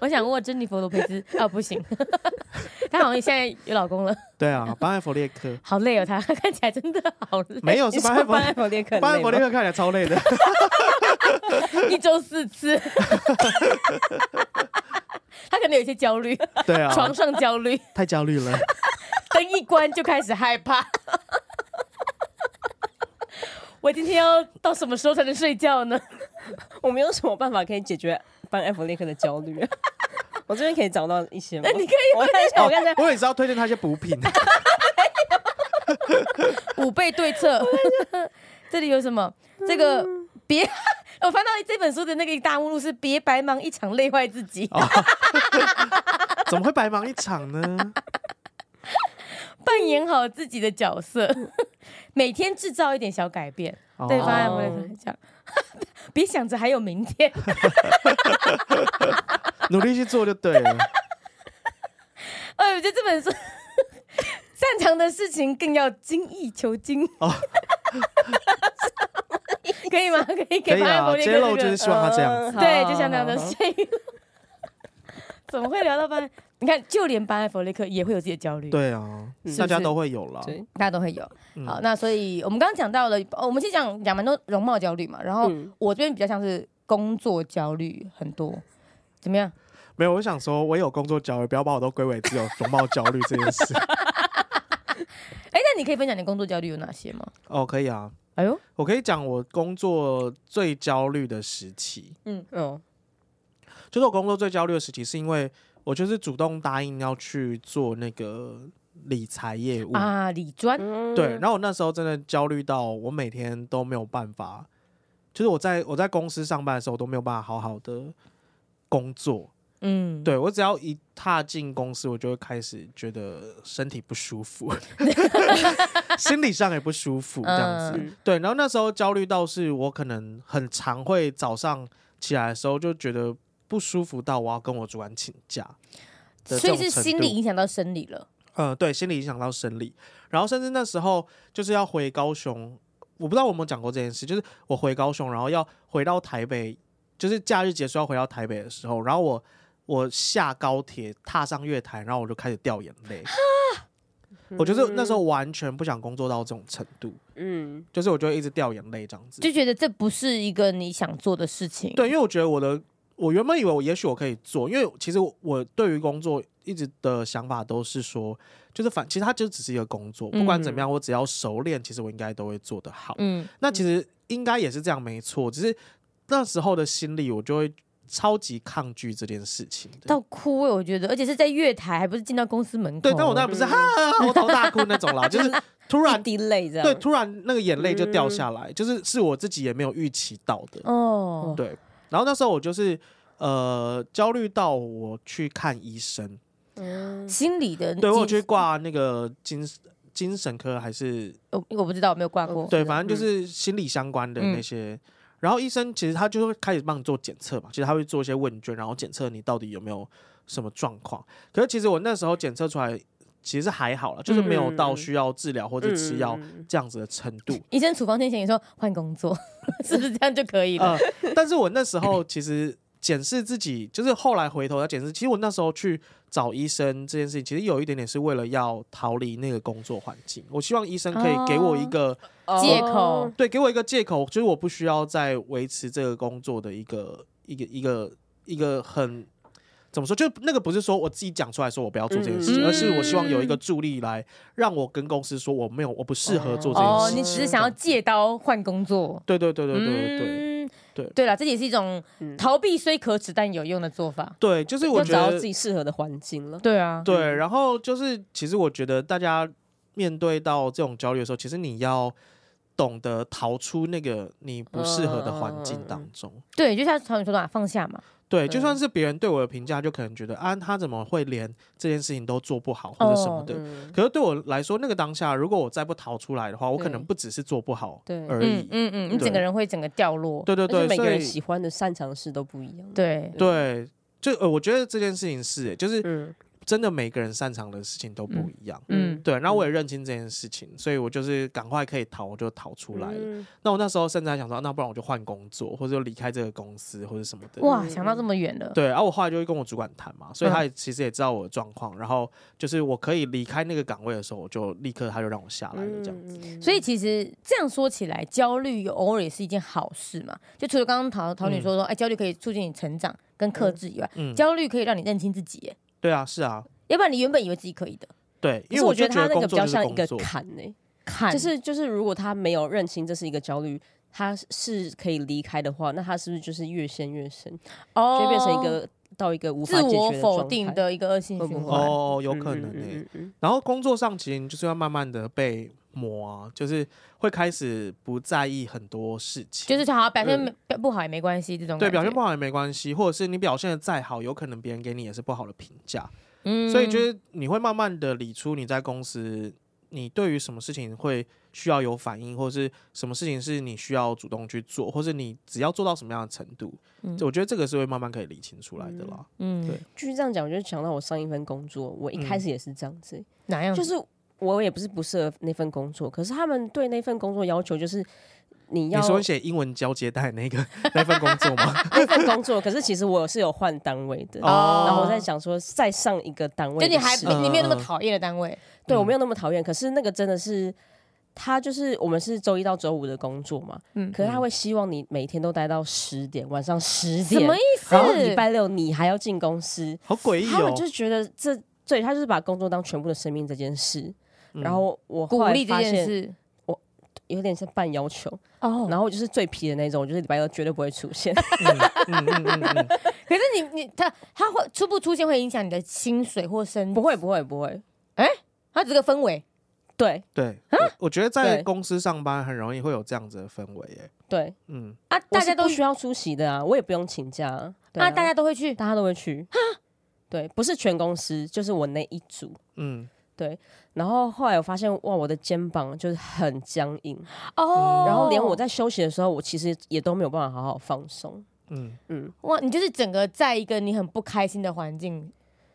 Speaker 3: 我想握珍妮佛罗培兹，啊，不行， 她好像现在有老公了，
Speaker 1: 对啊，巴艾弗列克，
Speaker 3: 好累哦，她 看起来真的好累，
Speaker 1: 没有
Speaker 2: 你
Speaker 1: 是
Speaker 2: 说
Speaker 1: 巴艾弗
Speaker 2: 班艾弗列克，
Speaker 1: 巴艾弗列克看起来超累的，
Speaker 3: 一周四次， 她可能有一些焦虑，
Speaker 1: 对啊，
Speaker 3: 床上焦虑，
Speaker 1: 太焦虑 了，
Speaker 3: 灯一关就开始害怕。 我今天要到什么时候才能睡觉呢？
Speaker 2: 我没有什么办法可以解决班艾弗列克的焦虑。我这边可以找到一些吗？
Speaker 3: 你可以
Speaker 2: 我看一下，我看一下，
Speaker 1: 哦我也是要推荐他一些补品，
Speaker 3: 五倍对策。 这里有什么？这个
Speaker 1: 嗯
Speaker 3: 别， 我翻到这本书的那个大目录是“别白忙一场，累坏自
Speaker 1: 哦
Speaker 3: 己”。
Speaker 1: 怎么会白忙一场呢？
Speaker 3: 扮演好自己的角色， 每天制造一点小改变。对
Speaker 1: 哦
Speaker 3: 方案不能讲， 别想着还有明天。
Speaker 1: 努力去做就对了，
Speaker 3: 哎，我觉得这本书 擅长的事情更要精益求精。
Speaker 1: 哦
Speaker 3: 可以吗？可
Speaker 1: 可
Speaker 3: 以给
Speaker 1: 以
Speaker 3: 方案
Speaker 1: 啊
Speaker 3: 不，
Speaker 1: 揭露
Speaker 3: 能
Speaker 1: 就是希望他这样子，
Speaker 3: 对，就像那样的
Speaker 2: 好好好
Speaker 3: 睡。怎么会聊到班艾？你看，就连班艾弗雷克也会有自己的焦虑，
Speaker 1: 对啊，大家都会有了，
Speaker 2: 对，
Speaker 3: 大家都会有。
Speaker 1: 嗯
Speaker 3: 好，那所以我们刚刚讲到了，哦我们先讲讲蛮多容貌焦虑嘛，然后
Speaker 2: 嗯
Speaker 3: 我这边比较像是工作焦虑很多，怎么样？
Speaker 1: 没有，我想说，我有工作焦虑，不要把我都归为只有容貌焦虑这件事。
Speaker 3: 哎，那你可以分享你工作焦虑有哪些吗？
Speaker 1: 哦，可以啊，
Speaker 3: 哎呦，
Speaker 1: 我可以讲我工作最焦虑的时期，
Speaker 2: 嗯，
Speaker 1: 就是我工作最焦虑的时期，是因为我就是主动答应要去做那个理财业务，
Speaker 3: 啊，理专，
Speaker 1: 对，然后我那时候真的焦虑到我每天都没有办法，就是我在我在公司上班的时候都没有办法好好的工作，
Speaker 3: 嗯，
Speaker 1: 对我只要一踏进公司，我就会开始觉得身体不舒服， 心理上也不舒服这样子。
Speaker 2: 嗯
Speaker 1: 对，然后那时候焦虑到是我可能很常会早上起来的时候就觉得不舒服到我要跟我主管请假的这
Speaker 3: 所以
Speaker 1: 种程度。
Speaker 3: 是心理影响到生理了，
Speaker 1: 呃，对，心理影响到生理，然后甚至那时候就是要回高雄，我不知道我有没有讲过这件事，就是我回高雄，然后要回到台北，就是假日结束要回到台北的时候，然后我我下高铁踏上月台，然后我就开始掉眼泪，我就是那时候完全不想工作到这种程度，
Speaker 2: 嗯，
Speaker 1: 就是我就会一直掉眼泪这样子，
Speaker 3: 就觉得这不是一个你想做的事情。
Speaker 1: 对，因为我觉得我的，我原本以为我也许我可以做，因为其实我我对于工作一直的想法都是说，就是反，其实它就只是一个工作，不管怎么样，我只要熟练，其实我应该都会做得好。
Speaker 3: 嗯，
Speaker 1: 那其实应该也是这样，没错，只是那时候的心理，我就会超级抗拒这件事情的。
Speaker 3: 到哭欸我觉得，而且是在月台，还不是进到公司门口。
Speaker 1: 对，但我当然不是哈嚎啕大哭那种啦，就是突然。
Speaker 2: 滴泪这样，
Speaker 1: 对，突然那个眼泪就掉下来，就是是我自己也没有预期到的。
Speaker 3: 哦，
Speaker 1: 对，然后那时候我就是呃焦虑到我去看医生，
Speaker 2: 嗯
Speaker 3: 心理的，
Speaker 1: 对我有去，挂那个精精神科还是
Speaker 3: 我哦我不知道，我没有挂过。
Speaker 1: 嗯对，反正就是心理相关的那
Speaker 3: 哦嗯
Speaker 1: 些。然后医生其实他就会开始帮你做检测嘛，其实他会做一些问卷，然后检测你到底有没有什么状况。可是其实我那时候检测出来，其实还好了，就是没有到
Speaker 2: 嗯
Speaker 1: 需要治疗或者吃药
Speaker 2: 嗯
Speaker 1: 这样子的程度。
Speaker 3: 医生处方天前也说换工作，是不是这样就可以了？
Speaker 1: 呃。但是我那时候其实检视自己，就是后来回头要检视，其实我那时候去找医生这件事情，其实有一点点是为了要逃离那个工作环境。我希望医生可以给我一个、
Speaker 2: 借
Speaker 3: 借
Speaker 2: 口
Speaker 3: 口，
Speaker 1: 对，给我一个借口，就是我不需要再维持这个工作的一个一个一个一个很。怎么说？就那个不是说我自己讲出来说我不要做这件事情，
Speaker 3: 嗯
Speaker 1: 而是我希望有一个助力来让我跟公司说我没有我不适合做这件事
Speaker 3: 哦，
Speaker 1: 情。
Speaker 3: 你只是想要借刀换工作。
Speaker 1: 对嗯对对对对对对、
Speaker 3: 嗯
Speaker 1: 对
Speaker 3: 对了，这也是一种
Speaker 2: 嗯
Speaker 3: 逃避虽可耻但有用的做法。
Speaker 1: 对，就是我
Speaker 2: 要
Speaker 1: 觉
Speaker 2: 找到
Speaker 1: 得
Speaker 2: 自己适合的环境了。
Speaker 3: 对啊，
Speaker 1: 对，
Speaker 2: 嗯
Speaker 1: 然后就是，其实我觉得大家面对到这种焦虑的时候，其实你要懂得逃出那个你不适合
Speaker 2: 嗯
Speaker 1: 的环境当中。
Speaker 3: 对，就像常你说的嘛，放下嘛。
Speaker 1: 对，就
Speaker 2: 嗯
Speaker 1: 算是别人对我的评价，就可能觉得啊，他怎么会连这件事情都做不好或者什么
Speaker 3: 哦
Speaker 1: 的。
Speaker 2: 嗯
Speaker 1: 可是对我来说，那个当下，如果我再不逃出来的话，我可能
Speaker 2: 对
Speaker 1: 不只是做不好
Speaker 2: 对
Speaker 1: 而
Speaker 3: 嗯
Speaker 1: 已。
Speaker 3: 嗯嗯，你
Speaker 1: 对
Speaker 3: 整个人会整个掉落。
Speaker 1: 对对
Speaker 2: 而且
Speaker 1: 对，
Speaker 2: 每个
Speaker 1: 所
Speaker 2: 人
Speaker 1: 以
Speaker 2: 喜欢的擅长的事都不一样。，
Speaker 3: 对
Speaker 1: 对，就呃，我觉得这件事情是、就是
Speaker 2: 嗯，
Speaker 1: 真的每个人擅长的事情都不一样。
Speaker 3: 嗯，
Speaker 1: 对，然后我也认清这件事情，所以我就是赶快可以逃，我就逃出来了。
Speaker 2: 嗯
Speaker 1: 那我那时候甚至还想说，那不然我就换工作，或者就离开这个公司，或者什么的。
Speaker 3: 哇，
Speaker 2: 嗯
Speaker 3: 想到这么远了。
Speaker 1: 对，然、后我后来就会跟我主管谈嘛，所以他也其实也知道我的状况，然后就是我可以离开那个岗位的时候，我就立刻他就让我下来了，这样。
Speaker 2: 嗯
Speaker 3: 所以其实这样说起来，焦虑有偶尔也是一件好事嘛。就除了刚刚陶陶女说说，哎、焦虑可以促进你成长跟克制以外，
Speaker 1: 嗯，
Speaker 3: 焦虑可以让你认清自己耶，
Speaker 1: 对啊，是啊，
Speaker 3: 要不然你原本以为自己可以的，
Speaker 1: 对，
Speaker 2: 可
Speaker 1: 因
Speaker 2: 是
Speaker 1: 为
Speaker 2: 我
Speaker 1: 就
Speaker 2: 得
Speaker 1: 觉
Speaker 2: 他那
Speaker 1: 工
Speaker 2: 个比
Speaker 1: 作
Speaker 2: 较
Speaker 1: 就是
Speaker 2: 像一
Speaker 1: 工
Speaker 2: 个
Speaker 1: 作，
Speaker 2: 坎呢，
Speaker 3: 看
Speaker 2: 就是就是，如果他没有认清这是一个焦虑，他是可以离开的话，那他是不是就是越陷越深，就
Speaker 3: 哦
Speaker 2: 会变成一个到一个无法
Speaker 3: 自
Speaker 2: 解
Speaker 3: 我
Speaker 2: 决
Speaker 3: 否定
Speaker 2: 的
Speaker 3: 的一个恶性
Speaker 2: 会
Speaker 3: 循
Speaker 2: 不
Speaker 3: 环。
Speaker 2: 会
Speaker 1: 哦，有
Speaker 2: 状态，
Speaker 1: 可能
Speaker 2: 嗯
Speaker 1: 诶、
Speaker 2: 嗯嗯嗯
Speaker 1: 然后工作上其实你就是要慢慢的被磨啊，就是会开始不在意很多事情，
Speaker 3: 就是好表现
Speaker 1: 嗯
Speaker 3: 没不好也没关系，这种
Speaker 1: 对表现不
Speaker 3: 好，
Speaker 1: 好也没关系，或者是你表现的再好，有可能别人给你也是不好的评价。
Speaker 3: 嗯
Speaker 1: 所以就是你会慢慢的理出你在公司，你对于什么事情会需要有反应，或是什么事情是你需要主动去做，或是你只要做到什么样的程度，
Speaker 3: 嗯
Speaker 1: 我觉得这个是会慢慢可以理清出来的啦。
Speaker 3: 嗯
Speaker 1: 对
Speaker 2: 继续这样讲，我就想到我上一份工作，我一开
Speaker 1: 嗯
Speaker 2: 始也是这样子，欸
Speaker 3: 哪样
Speaker 2: 就
Speaker 3: 就是
Speaker 2: 我也不是不适合那份工作，可是他们对那份工作要求就是你要
Speaker 1: 你说你写英文交接待那个那份工作吗？
Speaker 2: 那份工作，可是其实我是有换单位的。
Speaker 1: 哦
Speaker 2: 然后我在想说，再上一个单位
Speaker 3: 就
Speaker 2: 的事，
Speaker 3: 你还
Speaker 1: 嗯
Speaker 3: 你没有那么讨厌的单位，
Speaker 2: 对
Speaker 1: 嗯
Speaker 2: 我没有那么讨厌，可是那个真的是，他就是我们是周一到周五的工作嘛，
Speaker 3: 嗯，
Speaker 2: 可是他会希望你每天都待到十点，晚上十
Speaker 3: 什
Speaker 2: 点，
Speaker 3: 么意思？
Speaker 2: 然后礼拜六你还要进公司，
Speaker 1: 好诡异
Speaker 2: 他
Speaker 1: 哦
Speaker 2: 们！就觉得这对他就是把工作当全部的生命这件事。
Speaker 1: 嗯
Speaker 2: 然后我
Speaker 3: 鼓
Speaker 2: 后来
Speaker 3: 励这
Speaker 2: 发
Speaker 3: 件
Speaker 2: 现
Speaker 3: 事
Speaker 2: 有点像半要求，
Speaker 3: 哦
Speaker 2: 然后我就是最皮的那种，我就是礼拜六绝对不会出现。
Speaker 1: 嗯嗯嗯嗯嗯
Speaker 3: 可是你你他他会出不出现会影响你的薪水或升，
Speaker 2: 不会，不会，不会。
Speaker 3: 他只是个氛围。
Speaker 2: 对
Speaker 1: 对，我我觉得在
Speaker 2: 啊对
Speaker 1: 公司上班很容易会有这样子的氛围耶。
Speaker 2: 对，
Speaker 1: 嗯，
Speaker 3: 啊，
Speaker 2: 我
Speaker 3: 大
Speaker 2: 是
Speaker 3: 家都
Speaker 2: 不需要出席的啊，我也不用请假啊。对
Speaker 3: 啊，大
Speaker 2: 家
Speaker 3: 家都会去。
Speaker 2: 大家都会去。对，不是全公司，就是我那一组。
Speaker 1: 嗯，
Speaker 2: 然后后来我发现，哇，我的肩膀就是很僵硬，
Speaker 3: 哦
Speaker 2: 嗯然后连我在休息的时候，我其实也都没有办法好好放松。
Speaker 1: 嗯，
Speaker 2: 嗯，
Speaker 3: 哇，你就是整个在一个你很不开心的环境，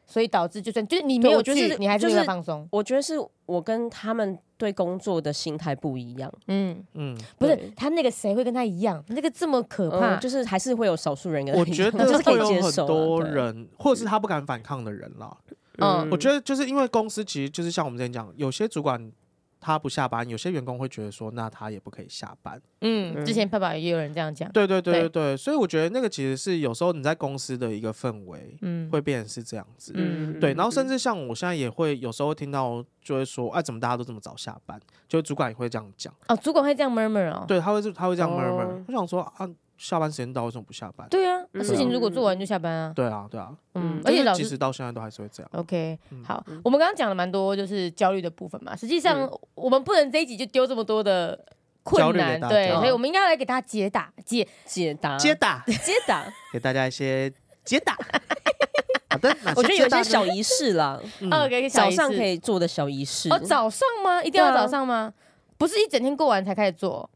Speaker 3: 所以导致就算就是你没有
Speaker 2: 对我觉得
Speaker 3: 去
Speaker 2: 是，
Speaker 3: 你还是没
Speaker 2: 就
Speaker 3: 有
Speaker 2: 是
Speaker 3: 放松。
Speaker 2: 我觉得是我跟他们对工作的心态不一样，
Speaker 3: 嗯，
Speaker 1: 嗯，
Speaker 3: 不是
Speaker 2: 对
Speaker 3: 他那个谁会跟他一样，那个这么可怕，
Speaker 2: 嗯，就是还是会有少数人跟
Speaker 1: 我觉 得
Speaker 2: 就是可
Speaker 1: 会
Speaker 2: 以
Speaker 1: 有
Speaker 2: 接
Speaker 1: 很
Speaker 2: 受啊
Speaker 1: 多，
Speaker 2: 对
Speaker 1: 人，或者是他不敢反抗的人啦。
Speaker 3: 嗯
Speaker 1: 我觉得就是因为公司其实就是像我们之前讲，有些主管他不下班，有些员工会觉得说，那他也不可以下班。
Speaker 3: 嗯，
Speaker 2: 嗯
Speaker 3: 之前爸爸也有人这样讲，
Speaker 1: 对对对
Speaker 3: 对
Speaker 1: 对对，所以我觉得那个其实是有时候你在公司的一个氛围
Speaker 3: 嗯，
Speaker 1: 会变成是这样子。
Speaker 3: 嗯
Speaker 1: 对，然后甚
Speaker 2: 至
Speaker 1: 至像我现在也会有时候听到，就会说，哎、怎么大家都这么早下班？就主管也会这样讲，
Speaker 3: 哦，主管会这样 murmur 哦，
Speaker 1: 对，他会他会这样
Speaker 2: 哦
Speaker 1: murmur、我想说啊，下班时间到为什么不下班？
Speaker 3: 对啊，那
Speaker 2: 嗯
Speaker 3: 事情如果做完就下班啊，
Speaker 1: 对啊，对啊，
Speaker 3: 嗯
Speaker 2: 嗯，
Speaker 3: 而
Speaker 1: 就
Speaker 3: 且
Speaker 1: 是
Speaker 3: 老
Speaker 1: 即
Speaker 3: 师
Speaker 1: 使到现在都还是会这样。
Speaker 3: OK，
Speaker 1: 嗯
Speaker 3: 好，我们刚刚讲了蛮多就是焦虑的部分嘛，实际上我们不能这一集就丢这么多的
Speaker 1: 焦
Speaker 3: 困
Speaker 1: 虑给
Speaker 3: 难，
Speaker 1: 大家
Speaker 3: 对，所以我们应该来给大家解答解
Speaker 2: 解答
Speaker 1: 接打
Speaker 2: 解答，
Speaker 1: 给大家一些接 打。好的，哪
Speaker 2: 我觉得有
Speaker 1: 接嗯
Speaker 2: 一
Speaker 1: 打
Speaker 2: 些
Speaker 1: 呢
Speaker 2: 小仪式啦，
Speaker 3: 哦，可以
Speaker 2: 早上可
Speaker 3: 以
Speaker 2: 以做的小仪式。
Speaker 3: 哦，早上吗？一定要
Speaker 2: 对啊
Speaker 3: 早上吗？不是一整天过完才开始做。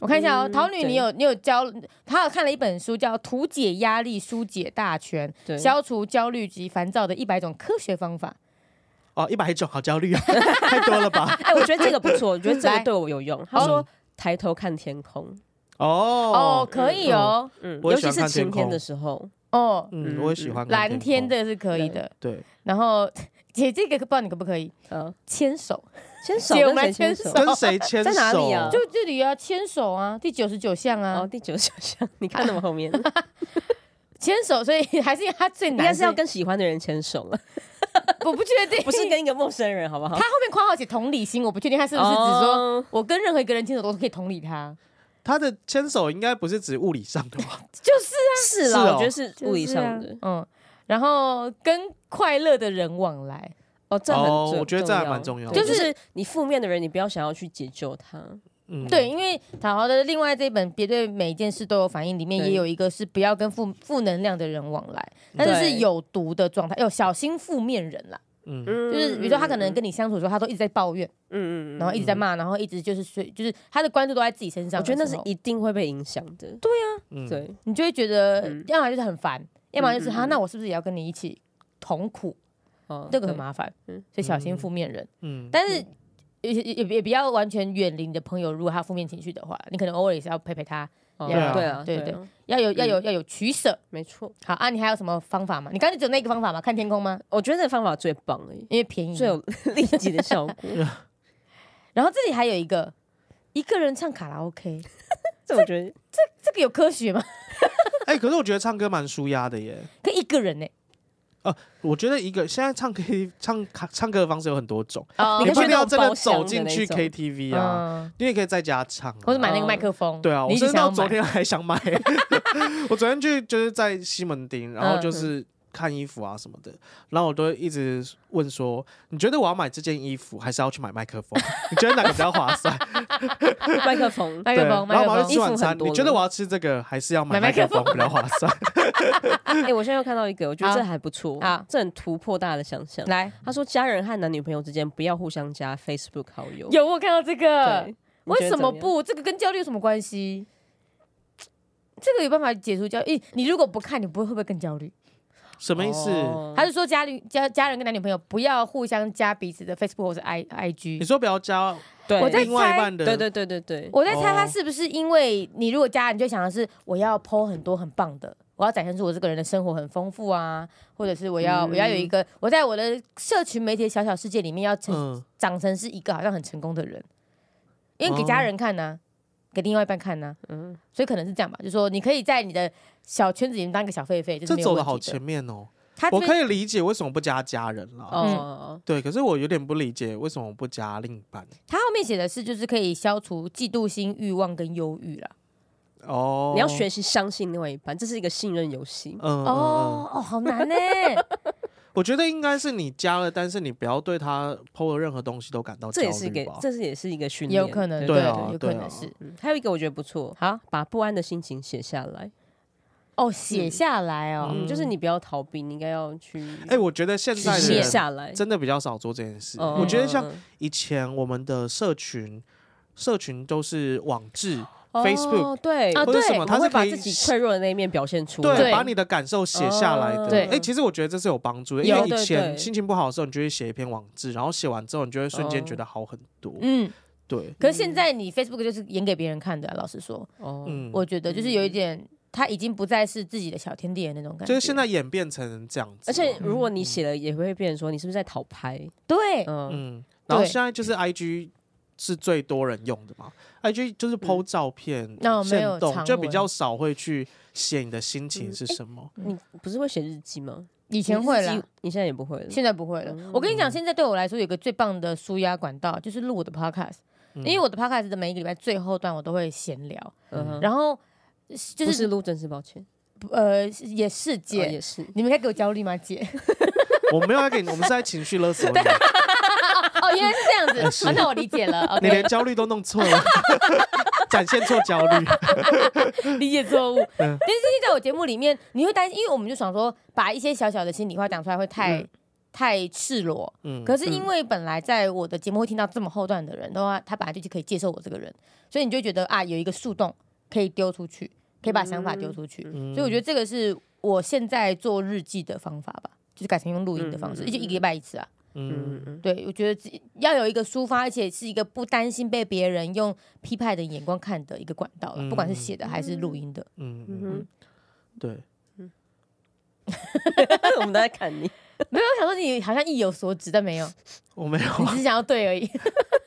Speaker 3: 我看一下哦，
Speaker 2: 嗯
Speaker 3: 桃女，
Speaker 2: 对
Speaker 3: 你有你有教，她有看了一本书，叫《图解压力疏解大全：
Speaker 2: 对，
Speaker 3: 消除焦虑及烦躁的一百种科学方法
Speaker 1: 哦，一百种，好焦虑啊，太多了 吧？嗯
Speaker 2: 哎，我觉得这个不错，我觉得这
Speaker 3: 来
Speaker 2: 个对我有用。他说抬头看天空，
Speaker 3: 哦
Speaker 1: 哦，，
Speaker 3: 可以哦，
Speaker 2: 嗯，
Speaker 1: 我也
Speaker 2: 尤
Speaker 1: 喜
Speaker 2: 其
Speaker 1: 欢
Speaker 2: 是
Speaker 1: 看天
Speaker 2: 晴天
Speaker 1: 空
Speaker 2: 的时候，
Speaker 3: 哦，
Speaker 1: 嗯，
Speaker 2: 嗯
Speaker 1: 我也喜欢看
Speaker 3: 蓝天
Speaker 1: 空，
Speaker 3: 的是可以的。
Speaker 1: 对，
Speaker 3: 然后，姐这个不知道你可不可以
Speaker 2: 呃，
Speaker 3: 牵手，
Speaker 2: 牵手，
Speaker 3: 姐我们
Speaker 2: 跟
Speaker 3: 来
Speaker 2: 谁牵
Speaker 3: 牵手
Speaker 1: 跟谁牵手？
Speaker 2: 在哪里啊
Speaker 3: 就这里要牵手啊，第九十九项
Speaker 2: 哦，
Speaker 3: 啊，
Speaker 2: 第九小项， 你看那么 后面，应
Speaker 3: 牵手，所以还是他最难的，
Speaker 2: 该是要跟喜欢的人牵手 了，
Speaker 3: 我不确定，
Speaker 2: 不是跟一个陌生人，好不好
Speaker 3: 他？后面括号写同理心，我不确定他是不是只说
Speaker 2: 哦
Speaker 3: 我跟任何一个人牵手都可以同理他，
Speaker 1: 他的牵手应该不是指物理上的吧？
Speaker 3: 就是
Speaker 2: 是
Speaker 1: 是
Speaker 2: 啦，
Speaker 1: 哦
Speaker 2: 我觉得是物理上的，
Speaker 3: 嗯，然后跟快乐的人往来，
Speaker 2: 哦，这很
Speaker 1: 哦
Speaker 2: 重
Speaker 1: 我觉得这还蛮重要的
Speaker 2: 对
Speaker 3: 就
Speaker 2: 就是是你负面的人，你不要想要去解救他，
Speaker 1: 嗯，
Speaker 3: 对，，因为塔豪的另外这一本《别对每一件事都有反应》里面
Speaker 2: 对
Speaker 3: 也有一个是不要跟负负能量的人往来，但是是
Speaker 2: 对
Speaker 3: 有毒的状态，要小心负面人啦，
Speaker 1: 嗯，
Speaker 2: 就
Speaker 3: 就是比如说他可能，跟你相处的时候，他都一直在抱怨，
Speaker 2: 嗯嗯嗯嗯，
Speaker 3: 然后一直在骂，然后一直就是随就是他的关注都在自己身上
Speaker 2: 我
Speaker 3: 的
Speaker 2: 觉
Speaker 3: 时候，
Speaker 2: 得那是一定会被影响的，
Speaker 1: 嗯，
Speaker 2: 对，
Speaker 3: 你就会觉得
Speaker 2: 嗯，
Speaker 3: 要么就是很烦，要么就是
Speaker 2: 嗯嗯
Speaker 3: 哈，
Speaker 2: 嗯
Speaker 3: 那我是不是也要跟你一起同苦？
Speaker 2: 哦
Speaker 3: 这个很
Speaker 2: 对
Speaker 3: 麻烦，
Speaker 2: 嗯
Speaker 3: 所以小心负面人。
Speaker 1: 嗯，
Speaker 3: 但是也也也不要完全远离你的朋友，如果他负面情绪的话，你可能偶尔也是要陪陪他，
Speaker 2: 哦
Speaker 1: 对啊
Speaker 2: 对啊，
Speaker 3: 对
Speaker 2: 对
Speaker 3: 对
Speaker 2: 啊，
Speaker 3: 要有要有
Speaker 1: 嗯
Speaker 3: 要有取舍。
Speaker 2: 没错，
Speaker 3: 好啊，你还有什么方法吗？你刚才只有那个方法吗？看天空吗？
Speaker 2: 我觉得这个方法最棒了，
Speaker 3: 因为便宜。
Speaker 2: 最有 立即的效果，
Speaker 3: 然后这里还有一个一个人唱卡拉 OK，
Speaker 2: 这我觉得
Speaker 3: 这个有科学吗？
Speaker 1: 哎，可是我觉得唱歌蛮舒压的耶。
Speaker 3: 可以一个人呢？
Speaker 1: 我觉得一个现在唱 K 唱卡唱歌的方式有很多种，
Speaker 3: 哦
Speaker 2: 你
Speaker 1: 你
Speaker 2: 可
Speaker 1: 不一
Speaker 2: 以去
Speaker 1: 定
Speaker 2: 那
Speaker 1: 要
Speaker 2: 种
Speaker 1: 真的
Speaker 2: 包厢
Speaker 1: 走
Speaker 2: 的
Speaker 1: 进
Speaker 2: 那
Speaker 1: 去
Speaker 2: 种
Speaker 1: KTV 啊，
Speaker 3: 嗯，
Speaker 1: 你也可以在家唱啊。
Speaker 3: 或者买那个麦克风。
Speaker 1: 对啊，我
Speaker 3: 哦你一直
Speaker 1: 甚至
Speaker 3: 想要
Speaker 1: 到
Speaker 3: 买
Speaker 1: 昨天还想买， 我昨天去就是在西门町，然后就是看衣服啊什么的，然后我都会一直问说，你觉得我要买这件衣服，还是要去买麦克风？ 你觉得哪个比较划算？
Speaker 2: 麦克 风，
Speaker 3: 麦
Speaker 1: 对，
Speaker 3: 克
Speaker 1: 然后
Speaker 3: 风，麦
Speaker 1: 我
Speaker 3: 克
Speaker 1: 们要
Speaker 3: 风
Speaker 1: 去吃晚
Speaker 2: 衣服
Speaker 1: 餐
Speaker 2: 很，多
Speaker 1: 你觉得我要吃这个，还是要买
Speaker 3: 买
Speaker 1: 麦
Speaker 3: 麦
Speaker 1: 克
Speaker 3: 克
Speaker 1: 风比较划算？
Speaker 2: 哎，我现在又看到一个，我觉得
Speaker 3: 好
Speaker 2: 这还不错，
Speaker 3: 好
Speaker 2: 这很突破大家的想象。
Speaker 3: 来。
Speaker 2: 他说，家人和男女朋友之间不要互相加 Facebook 好友，
Speaker 3: 有我有看到这个，
Speaker 2: 对，你觉
Speaker 3: 为
Speaker 2: 得
Speaker 3: 什
Speaker 2: 怎
Speaker 3: 么
Speaker 2: 样？
Speaker 3: 不？这个跟焦虑有什么关系？这个有办法解除焦虑？诶你如果不看，你不会会不会更焦虑？
Speaker 1: 什么意思？
Speaker 2: 哦
Speaker 3: 他是说家里家家人跟男女朋友不要互相加彼此的 Facebook 或者 I I
Speaker 1: 你
Speaker 3: G。
Speaker 1: 说不要加
Speaker 2: 对，
Speaker 3: 我在
Speaker 1: 另外一半的，
Speaker 2: 对对对对对，
Speaker 3: 我在猜
Speaker 1: 哦
Speaker 3: 他是不是因为你如果加，你就想的是我要 PO 很多很棒的，我要展现出我这个人的生活很丰富啊，或者是我要、
Speaker 2: 嗯
Speaker 3: 我要有一个我在我的社群媒体的小小世界里面要成、
Speaker 1: 嗯，
Speaker 3: 长成是一个好像很成功的人，因为给家人看
Speaker 1: 哦
Speaker 3: 呢、给另外一半看呢、
Speaker 2: 嗯，
Speaker 3: 所以可能是这样吧，就是说你可以在你的小圈子里面当一个小狒狒，就是
Speaker 1: 这
Speaker 3: 没有
Speaker 1: 走
Speaker 3: 问
Speaker 1: 的
Speaker 3: 题
Speaker 1: 好
Speaker 3: 的
Speaker 1: 前。面哦。
Speaker 3: 他
Speaker 1: 我
Speaker 3: 这
Speaker 1: 可以理解为什么不加家人啦，
Speaker 2: 哦，
Speaker 1: 对，可是我有点不理解为什么不加另一半
Speaker 3: 他后面写的是就是可以消除嫉妒心、欲望跟忧郁啦。
Speaker 1: 哦。
Speaker 3: 嗯
Speaker 2: 你要学习相信另外一半，这是一个信任游戏。
Speaker 1: 嗯，嗯嗯
Speaker 3: 哦哦，好 难呢。
Speaker 1: 我觉得应该是你加了，但是你不要对他 PO 的任何东西都感到
Speaker 2: 这
Speaker 1: 焦
Speaker 2: 也是一
Speaker 1: 虑
Speaker 2: 个
Speaker 1: 吧，。
Speaker 2: 这是也是一个训
Speaker 3: 也
Speaker 2: 练，
Speaker 3: 有可能
Speaker 1: 对啊
Speaker 3: 有可
Speaker 1: 对啊
Speaker 3: 能是。
Speaker 2: 嗯还有一个我觉得不错，
Speaker 3: 好
Speaker 2: 把不安的心情写下来，
Speaker 3: 哦，写下来哦，
Speaker 1: 嗯
Speaker 2: 就是你不要逃避，你应该要去
Speaker 1: 哎，我觉得现在的
Speaker 2: 写
Speaker 1: 人
Speaker 2: 下来。
Speaker 1: 真的比较少做这件事。
Speaker 2: 哦
Speaker 1: 我觉得像
Speaker 2: 嗯嗯
Speaker 1: 以前我们的社群，社群都是网志、
Speaker 2: 哦
Speaker 1: Facebook
Speaker 2: 对
Speaker 3: 啊
Speaker 1: 或者什么，
Speaker 2: 我
Speaker 1: 它
Speaker 2: 会
Speaker 1: 哦是
Speaker 2: 把
Speaker 1: 可以
Speaker 2: 自己脆弱的那一面表现出来。
Speaker 1: 对，
Speaker 3: 对
Speaker 1: 把你的感受写下来的。
Speaker 2: 哦
Speaker 3: 对
Speaker 1: 哎、其实我觉得这是有帮助的，因
Speaker 2: 有
Speaker 1: 为以
Speaker 2: 对
Speaker 1: 前
Speaker 2: 对
Speaker 1: 心情不好的时候，你就会写一篇网志，然后写完之后，你就会瞬间
Speaker 2: 哦
Speaker 1: 觉得好很多。
Speaker 3: 嗯。
Speaker 1: 对，
Speaker 3: 可是现在你 Facebook 就是演给别人看的啊，老实说，
Speaker 2: 哦，
Speaker 1: 嗯，
Speaker 3: 我觉得就是有一点，他已经不再是自己的小天地的那种感觉。
Speaker 1: 就是现在演变成这样子嘛，
Speaker 2: 而且如果
Speaker 1: 嗯
Speaker 2: 你写了，也会变成说你是不是在讨拍？
Speaker 3: 对
Speaker 2: 嗯，
Speaker 1: 嗯，然后
Speaker 3: 对
Speaker 1: 现在就是 IG 是最多人用的嘛，IG 就是 PO 照片、
Speaker 3: 哦没有
Speaker 1: 限动，
Speaker 3: 长
Speaker 1: 就比
Speaker 3: 文嗯
Speaker 1: 较少会去写你的心情是什么。
Speaker 2: 你不是会写日记吗？
Speaker 3: 以
Speaker 2: 以
Speaker 3: 前会啦，，
Speaker 2: 你现在也不会了。
Speaker 3: 现在不会
Speaker 1: 嗯
Speaker 3: 了。我跟你讲，现在对我来说有一个最棒的舒压管道，就是录我的 podcast，、
Speaker 1: 嗯
Speaker 3: 因为我的 podcast 的每一个礼拜最后段我都会闲聊，
Speaker 2: 嗯哼，
Speaker 3: 然后就
Speaker 2: 不
Speaker 3: 是
Speaker 2: 是录真是抱歉，
Speaker 3: 呃也是
Speaker 2: 哦
Speaker 3: 姐。
Speaker 2: 也是。
Speaker 3: 你们应该给我焦虑 吗，姐？
Speaker 1: 我没有要给你，我们是在情绪勒索你，哦
Speaker 3: 哦，原来是这样子，啊、那我理解了。
Speaker 1: 你
Speaker 3: OK，
Speaker 1: 连焦虑都弄错了。展现错焦虑，
Speaker 3: 理解错误。但
Speaker 1: 嗯
Speaker 3: 是在我节目里面，你会担心，因为我们就想说，把一些小小的心里话讲出来会太、
Speaker 1: 嗯
Speaker 3: 太赤裸。
Speaker 1: 嗯，
Speaker 3: 可是因为本来在我的节目会听到这么后段的人的话，他本来就可以接受我这个人，所以你就觉得啊，有一个树洞可以丢出去，可以把想法丢出去。
Speaker 1: 嗯
Speaker 3: 所以我觉得这个是我现在做日记的方法吧，就是改成用录音的方式，
Speaker 2: 嗯嗯嗯
Speaker 3: 就一个礼拜一次啊。
Speaker 1: 嗯，
Speaker 2: 嗯
Speaker 3: 对，我觉得自己要有一个抒发，而且是一个不担心被别人用批判的眼光看的一个管道啦，
Speaker 1: 嗯
Speaker 3: 不管是写的还是录音的。
Speaker 1: 嗯
Speaker 2: 嗯
Speaker 1: 嗯，
Speaker 2: 哼，
Speaker 1: 对，
Speaker 2: 我们都在看你，
Speaker 3: 没有，我想说你好像意有所指，但没 有，
Speaker 1: 我没有
Speaker 3: 你
Speaker 1: 啊，
Speaker 3: 只是想要对 而已。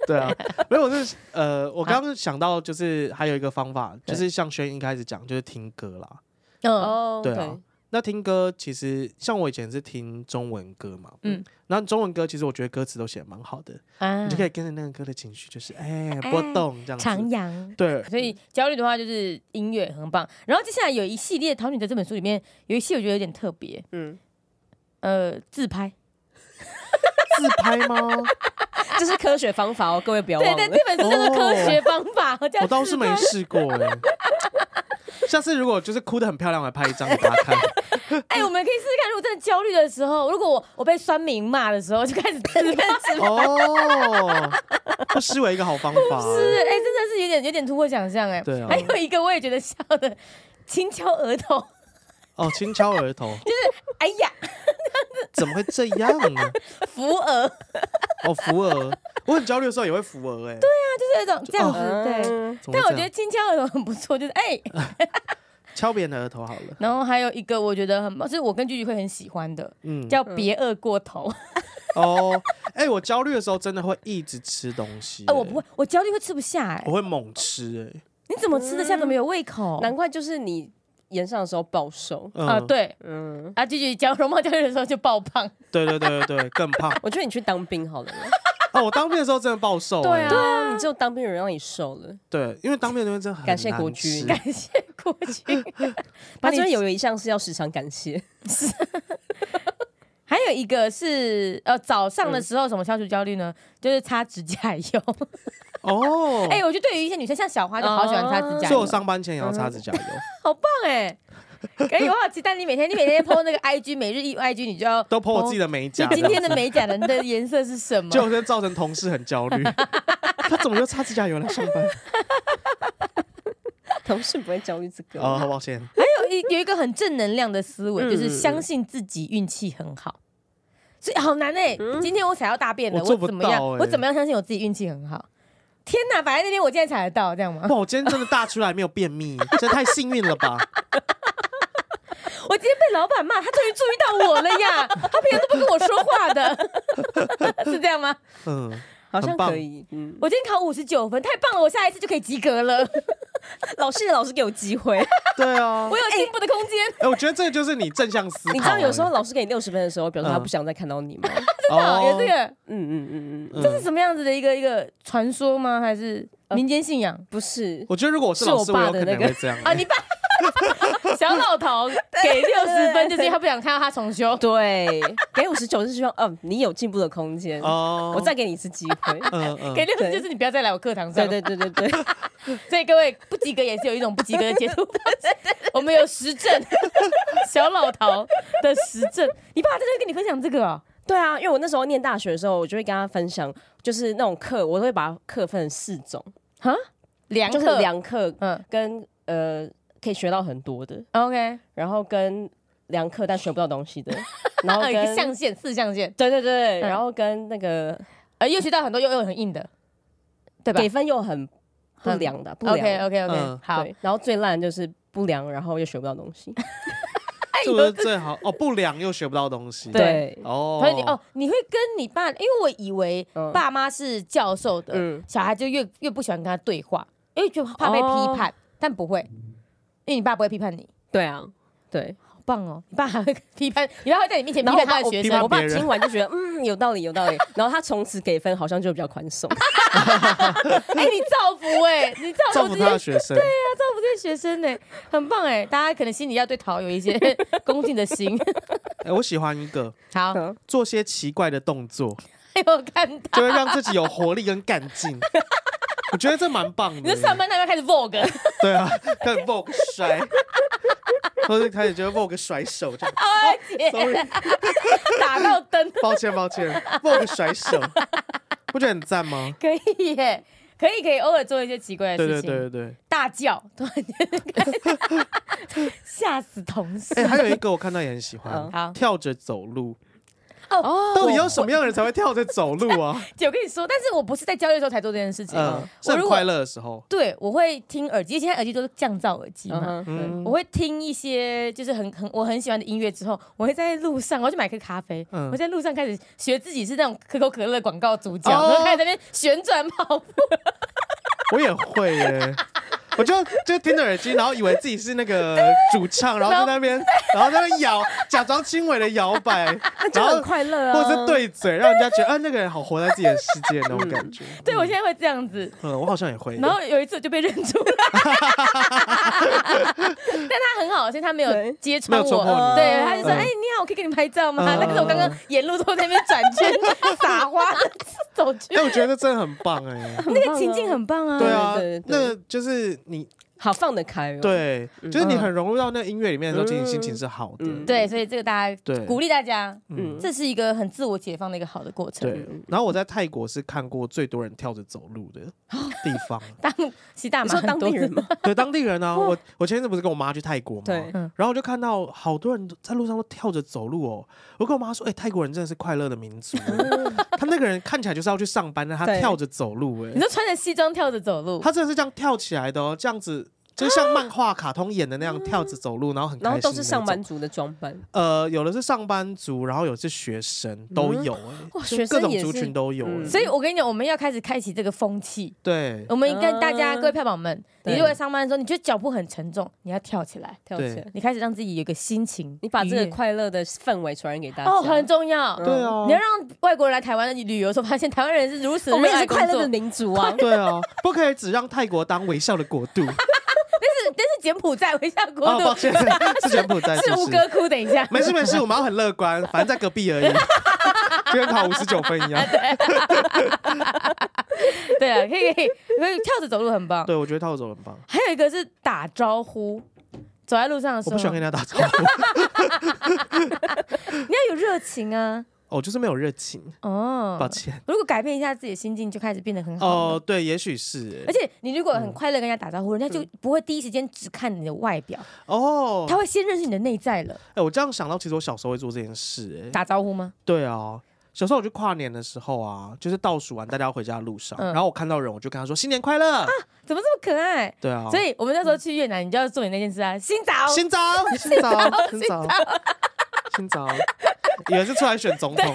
Speaker 1: 对啊，没有，我是呃，我
Speaker 3: 啊
Speaker 1: 刚刚想到就是还有一个方法，就是像轩一开始讲，就是听歌啦。
Speaker 3: 嗯
Speaker 2: 哦，
Speaker 1: 对啊，那听歌其实像我以前是听中文歌嘛，嗯
Speaker 3: 嗯，
Speaker 1: 然后中文歌其实我觉得歌词都写得蛮好的，
Speaker 3: 啊
Speaker 1: 你就可以跟着那个歌的情绪，就是哎波动这样
Speaker 3: 徜
Speaker 1: 子。
Speaker 3: 徉。
Speaker 1: 对，
Speaker 3: 所以焦虑的话就是音乐很棒，然后接下来有一系列陶女的这本书里面有一系我觉得有点特别，
Speaker 2: 嗯，
Speaker 3: 呃，自拍。
Speaker 1: 自拍 吗？
Speaker 2: 这是科学方法哦，各位不要
Speaker 3: 对
Speaker 2: 忘
Speaker 3: 对，
Speaker 2: 了。
Speaker 3: 这本书叫做科学方法， 叫
Speaker 1: 哦我倒是
Speaker 3: 自
Speaker 1: 没
Speaker 3: 拍
Speaker 1: 试过哎、下次如果就是哭得很漂亮，我来拍一张给大家 看。
Speaker 3: 哎、我们可以试试看，如果真的焦虑的时候，如果我我被酸民骂的时候，就开始自拍 自拍。
Speaker 1: 哦，不失为一个好方法。
Speaker 3: 是，哎、真的是有点有点突破想象哎。
Speaker 1: 对啊
Speaker 3: 还有一个我也觉得笑的，轻敲额头，
Speaker 1: 哦，轻敲额头，
Speaker 3: 哎呀，
Speaker 1: 怎么会这样呢？
Speaker 3: 扶额，
Speaker 1: 哦，扶额，我很焦虑的时候也会扶额哎、对啊，
Speaker 3: 就是那种这样子。
Speaker 1: 哦
Speaker 3: 对。
Speaker 2: 嗯，
Speaker 1: 怎么会
Speaker 3: 但我
Speaker 1: 这
Speaker 3: 觉得
Speaker 1: 样？
Speaker 3: 轻敲额头很不错，就是哎、
Speaker 1: 敲别人的额头好了。
Speaker 3: 然后还有一个我觉得很棒，是我跟句句会很喜欢的，
Speaker 1: 嗯，
Speaker 3: 叫别饿过头。
Speaker 1: 哦，哎、我焦虑的时候真的会一直吃东西、欸
Speaker 3: 哎、我不会，，我焦虑会吃不下哎、
Speaker 1: 我会猛吃、哎，
Speaker 3: 你怎么吃得下？怎么有胃口？
Speaker 2: 嗯难怪就是你演上的时候暴瘦。
Speaker 1: 嗯、
Speaker 3: 啊，对
Speaker 2: 嗯，
Speaker 3: 啊，句句焦容貌焦虑的时候就爆胖。
Speaker 1: 对对对对对，更胖
Speaker 2: 我觉得你去当兵好 了啦。
Speaker 1: 哦！我当兵的时候真的暴瘦、哎
Speaker 2: 对啊，你只有当兵的人让你瘦了。
Speaker 1: 对，因为当兵的那边真的很
Speaker 2: 感谢
Speaker 1: 难
Speaker 2: 国军
Speaker 1: 吃
Speaker 3: 感谢郭 军。
Speaker 2: 他
Speaker 3: 把
Speaker 2: 这
Speaker 3: 你
Speaker 2: 边有一项是要时常感谢，
Speaker 3: 还有一个是呃早上的时候什么消除焦虑呢？就是擦指甲油。
Speaker 1: 哦。
Speaker 3: 哎、我觉得对于一些女生，像小花就好喜欢擦指
Speaker 1: 所
Speaker 3: 甲
Speaker 1: 以
Speaker 3: 油，
Speaker 1: 我上班前也要擦指甲油，
Speaker 3: 好棒哎、哎、我好期待你每天，你每天 po 那个 IG 每日一 IG，你就要
Speaker 1: 都 p 我自己
Speaker 3: 的。
Speaker 1: 的美
Speaker 3: 你
Speaker 1: 甲。
Speaker 3: 今天的美甲人的颜色是什么？
Speaker 1: 结果就造成同事很焦虑， 他怎么又擦指甲油来上班？
Speaker 2: 同事不会焦虑这个。
Speaker 1: 哦，好抱歉，
Speaker 3: 有一有一个很正能量的思维，
Speaker 2: 嗯
Speaker 3: 就是相信自己运气很好。所以好难哎、今天我踩到大便
Speaker 1: 嗯
Speaker 3: 了，
Speaker 1: 我做
Speaker 3: 我
Speaker 1: 不
Speaker 3: 怎么样？
Speaker 1: 到欸
Speaker 3: 我怎么样相信我自己运气很好？天哪，摆在那边，我竟然踩得到，这样吗？
Speaker 1: 哇，我今天真的大出来没有便秘，这太幸运了吧？
Speaker 3: 我今天被老板骂，他终于注意到我了呀！ 他平常都不跟我说话的， 是这样吗？
Speaker 1: 嗯，
Speaker 2: 好像
Speaker 1: 很棒
Speaker 2: 可以。嗯，
Speaker 3: 我今天考五十九分，太棒了，我下一次就可以及 格了，
Speaker 1: 哎
Speaker 2: 老师老师给我机 会，
Speaker 1: 对啊
Speaker 3: 我，有进步的空间。
Speaker 1: 哎、我觉得这个就是你正向思考、
Speaker 2: 你知道有时候
Speaker 1: 哎
Speaker 2: 老师给你六十分的时候，表示他
Speaker 1: 嗯
Speaker 2: 不想再看到你吗？
Speaker 3: 啊有这个，
Speaker 2: 嗯嗯嗯嗯，
Speaker 1: 哦嗯
Speaker 3: 这是什么样子的一个一个传说吗？还是民间信仰？
Speaker 2: 不是，
Speaker 1: 我觉得如果我是老师，
Speaker 2: 是
Speaker 1: 我
Speaker 2: 我
Speaker 1: 有
Speaker 2: 爸
Speaker 1: 可
Speaker 2: 的
Speaker 1: 能
Speaker 2: 那个
Speaker 1: 会这样、
Speaker 3: 啊，你爸小老头给六十分，就是因为他不想看到他重修。
Speaker 2: 嗯对，给五十九是希望，嗯，你有进步的空间，
Speaker 1: 哦，
Speaker 2: 我再给你一次机 会。
Speaker 1: 嗯 嗯，
Speaker 3: 给六十就是你不要再来我课堂上。
Speaker 2: 对对对对对，
Speaker 3: 所以各位不及格也是有一种不及格的解读方式。我们有实证， 小老陶的实证。你爸真的跟你分享这个啊？
Speaker 2: 对啊，因为我那时候念大学的时候，我就会跟他分享，就是那种课，我都会把课分成四种，
Speaker 3: 哈，良
Speaker 2: 就是
Speaker 3: 课，
Speaker 2: 良课
Speaker 3: 嗯
Speaker 2: 跟呃可以学到很多的，
Speaker 3: ，OK，
Speaker 2: 然后跟良课但学不到东西的，然后
Speaker 3: 呃，一个
Speaker 2: 跟
Speaker 3: 象限，四象限，
Speaker 2: 对对对，
Speaker 3: 嗯
Speaker 2: 然后跟那个
Speaker 3: 呃，又学到很多又又很硬的，对吧
Speaker 2: 给分又很不
Speaker 3: 很
Speaker 2: 良的，不良
Speaker 3: ？OK
Speaker 2: 的。
Speaker 3: OK OK，
Speaker 1: 嗯
Speaker 3: 好，
Speaker 2: 对，然后最烂就是不良，然后又学不到东 西。
Speaker 1: 这不是最好哦，不良又学不到东西。
Speaker 2: 对，
Speaker 1: 哦，
Speaker 3: 所以你哦，你会跟你爸，因为我以为
Speaker 2: 嗯
Speaker 3: 爸妈是教授的
Speaker 2: 嗯，
Speaker 3: 小孩就越越不喜欢跟他对话，因为就怕被
Speaker 2: 哦
Speaker 3: 批判，但不会，因为你爸不会批判你。
Speaker 2: 对啊，对。
Speaker 3: 好棒哦！你爸还会批判，你爸会在你面前批
Speaker 2: 然后我
Speaker 3: 判
Speaker 2: 爸
Speaker 3: 他的
Speaker 2: 我
Speaker 3: 学
Speaker 1: 批
Speaker 3: 生
Speaker 1: 判
Speaker 2: 我，爸
Speaker 1: 别人
Speaker 2: 听完就觉得嗯有道理 有道理，然后他从此给分好像就比较宽 松。
Speaker 3: 哎、你造福哎、 你造
Speaker 1: 造
Speaker 3: 福
Speaker 1: 福
Speaker 3: 这
Speaker 1: 他
Speaker 3: 些
Speaker 1: 的学生，对，
Speaker 3: 啊造福这些学生呢、很棒哎、大家可能心里要对陶有一些恭敬的 心。
Speaker 1: 哎，我喜欢一个
Speaker 3: 好，
Speaker 2: 嗯
Speaker 1: 做些奇怪的动作，
Speaker 3: 哎呦，看到
Speaker 1: 就 会让自己有活力跟干劲。我觉得这蛮棒的。
Speaker 3: 你就上班那边开始 Vogue，
Speaker 1: 对啊，看 Vogue 甩，或者开始觉得 Vogue 甩手这样。Sorry，
Speaker 3: 哎打到灯，
Speaker 1: 抱歉抱歉，Vogue 甩手，不觉得很赞 吗？
Speaker 3: 可以耶，可以可以，偶尔做一些奇怪的
Speaker 1: 对对
Speaker 3: 事情，
Speaker 1: 对对对。
Speaker 3: 大叫，突然间 吓死同事。
Speaker 1: 哎、还有一个我看到也很喜欢
Speaker 2: 嗯，
Speaker 3: 好
Speaker 1: 跳着走路。
Speaker 2: 哦
Speaker 1: 到底要什么样的人才会跳着走路 啊？
Speaker 3: 姐，我跟你说，但是我不是在交流的时候才做这件事情，
Speaker 2: 哦
Speaker 1: 嗯，是
Speaker 3: 我
Speaker 1: 很
Speaker 3: 如果
Speaker 1: 快乐的时候。
Speaker 3: 对我会听耳机，现在耳机都是降噪耳机
Speaker 2: 嗯
Speaker 3: 嘛。
Speaker 2: 哼
Speaker 1: 嗯，
Speaker 3: 我会听一些就是很很我很喜欢的音乐，之后我会在路上，我要去买个咖啡，
Speaker 1: 嗯
Speaker 3: 我在路上开始学自己是那种可口可乐的广告主角，
Speaker 1: 哦
Speaker 3: 然后开始在那边旋转跑步，
Speaker 1: 我也会耶、 我就就听着耳机，然后以为自己是那 个主唱，然后在那边，然后在那边摇， 假装轻微的摇 摆，
Speaker 2: 就
Speaker 1: 然后
Speaker 2: 很快乐啊，
Speaker 1: 或者是对嘴，让人家觉得啊那个人好活在自己的世界那种感 觉。
Speaker 3: 对我现在会这样子。
Speaker 1: 嗯，我好像也会。
Speaker 3: 然后有一次我就被认出来， 但他很好，所以他没有
Speaker 2: 对
Speaker 3: 揭
Speaker 1: 没
Speaker 3: 穿
Speaker 1: 有戳
Speaker 3: 我。
Speaker 1: 破
Speaker 3: 对，他就说：“
Speaker 1: 嗯
Speaker 3: 哎，你好，我可以给你拍照吗？”
Speaker 1: 嗯
Speaker 3: 但是我刚刚沿路都在那边转圈撒花走
Speaker 1: 你，
Speaker 3: 去
Speaker 1: 哎，，我觉得真的很棒 哎。
Speaker 3: 那个情境很棒啊。
Speaker 1: 对啊
Speaker 2: 嗯对对，对
Speaker 1: 那个就是你
Speaker 2: 好放得开哦。，
Speaker 1: 对，
Speaker 2: 嗯
Speaker 1: 就是你很融入到那音乐里面的时候，其实你心情是好的。
Speaker 2: 嗯
Speaker 3: 对，所以这个大家
Speaker 1: 对
Speaker 3: 鼓励大家，
Speaker 1: 嗯，
Speaker 3: 这是一个很自我解放的一个好的过
Speaker 2: 嗯
Speaker 3: 程。
Speaker 1: 对。然后我在泰国是看过最多人跳着走路的
Speaker 2: 哦
Speaker 1: 地方。
Speaker 3: 当骑大
Speaker 2: 你
Speaker 3: 马
Speaker 2: 说
Speaker 3: 很
Speaker 2: 当
Speaker 3: 多
Speaker 2: 地人吗？
Speaker 1: 对当地人啊，我我前一阵不是跟我妈去泰国吗？
Speaker 2: 对
Speaker 3: 嗯
Speaker 1: 然后我就看到好多人都在路上都跳着走路哦。我跟我妈说，哎、泰国人真的是快乐的民族。欸 他那个人看起来就是要去上班，但他
Speaker 2: 对
Speaker 1: 跳着走路、
Speaker 3: 你
Speaker 1: 哎，
Speaker 3: 说穿着西装跳着走路，
Speaker 1: 他真的是这样跳起来的哦，这样子就像漫画、卡通演的那 样跳着走路，然后很开心。
Speaker 2: 然后都是上班。族的装扮，
Speaker 1: 呃，有的是上班族，然后有的是学生，都有、哎
Speaker 3: 哇
Speaker 1: 就
Speaker 3: 学
Speaker 1: 各
Speaker 3: 生
Speaker 1: 种
Speaker 3: 也
Speaker 1: 族群
Speaker 3: 是。
Speaker 1: 都有、
Speaker 2: 嗯
Speaker 1: 哎
Speaker 3: 所以我跟你讲，我们要开始开启这个风气。
Speaker 1: 对
Speaker 3: 我们跟大家、
Speaker 2: 啊
Speaker 3: 各位票宝们，你
Speaker 2: 对
Speaker 3: 如果上班的时候你觉得脚步很沉重，你要跳起来，
Speaker 2: 跳起来
Speaker 1: 对。
Speaker 3: 你开始让自己有一个心情，
Speaker 2: 你把这
Speaker 3: 愉
Speaker 2: 个
Speaker 3: 悦
Speaker 2: 快乐的氛围传染给大家。
Speaker 3: 哦很重要。
Speaker 2: 嗯
Speaker 1: 对啊
Speaker 3: 你，要让外国人来台湾旅游的时候，发现台湾人是如此
Speaker 2: 我们也
Speaker 3: 热爱
Speaker 2: 是
Speaker 3: 工
Speaker 2: 快乐
Speaker 3: 作哎
Speaker 2: 的民族啊。
Speaker 1: 对啊，不可以只让泰国当微笑的国度。
Speaker 3: 但是柬埔寨、回下国
Speaker 1: 哦，
Speaker 3: 度、
Speaker 1: 抱歉，是柬埔寨，
Speaker 3: 是
Speaker 1: 不
Speaker 3: 吴哥窟。等一下，
Speaker 1: 没事没事，我们要很乐观，反正在隔壁而已，就跟考五十九分一样。
Speaker 3: 对啊，可以可以，可以跳着走路很棒。
Speaker 1: 对，我觉得套走很棒。
Speaker 3: 还有一个是打招呼，走在路上的时
Speaker 1: 我
Speaker 3: 候，
Speaker 1: 不喜欢跟人家打招呼，
Speaker 3: 你要有热情啊。
Speaker 1: 我就是没有热情，
Speaker 3: 哦，
Speaker 1: 抱歉。
Speaker 3: 如果改变一下自己的心境，就开始变得很好了。
Speaker 1: 哦，嗯对，也许是
Speaker 3: 而。且你如果很快乐跟人家打招呼，人家就不会第一时间只看你的外表，
Speaker 1: 哦
Speaker 3: 他，会先认识你的内在了。
Speaker 1: 哎，我这样想到，其实我小时候会做这件事。哎，
Speaker 3: 打招呼吗？
Speaker 1: 对啊。小时候我去跨年的时候啊，就是倒数完大家要回家的路上，
Speaker 3: 嗯
Speaker 1: 然后我看到人我就跟他说新年快乐，
Speaker 3: 怎么这么可爱？
Speaker 1: 对啊，
Speaker 3: 所以我们那时候去越南，你就要做你那件事啊，新早。
Speaker 1: 新早新早新早新早，以为是出来选总统，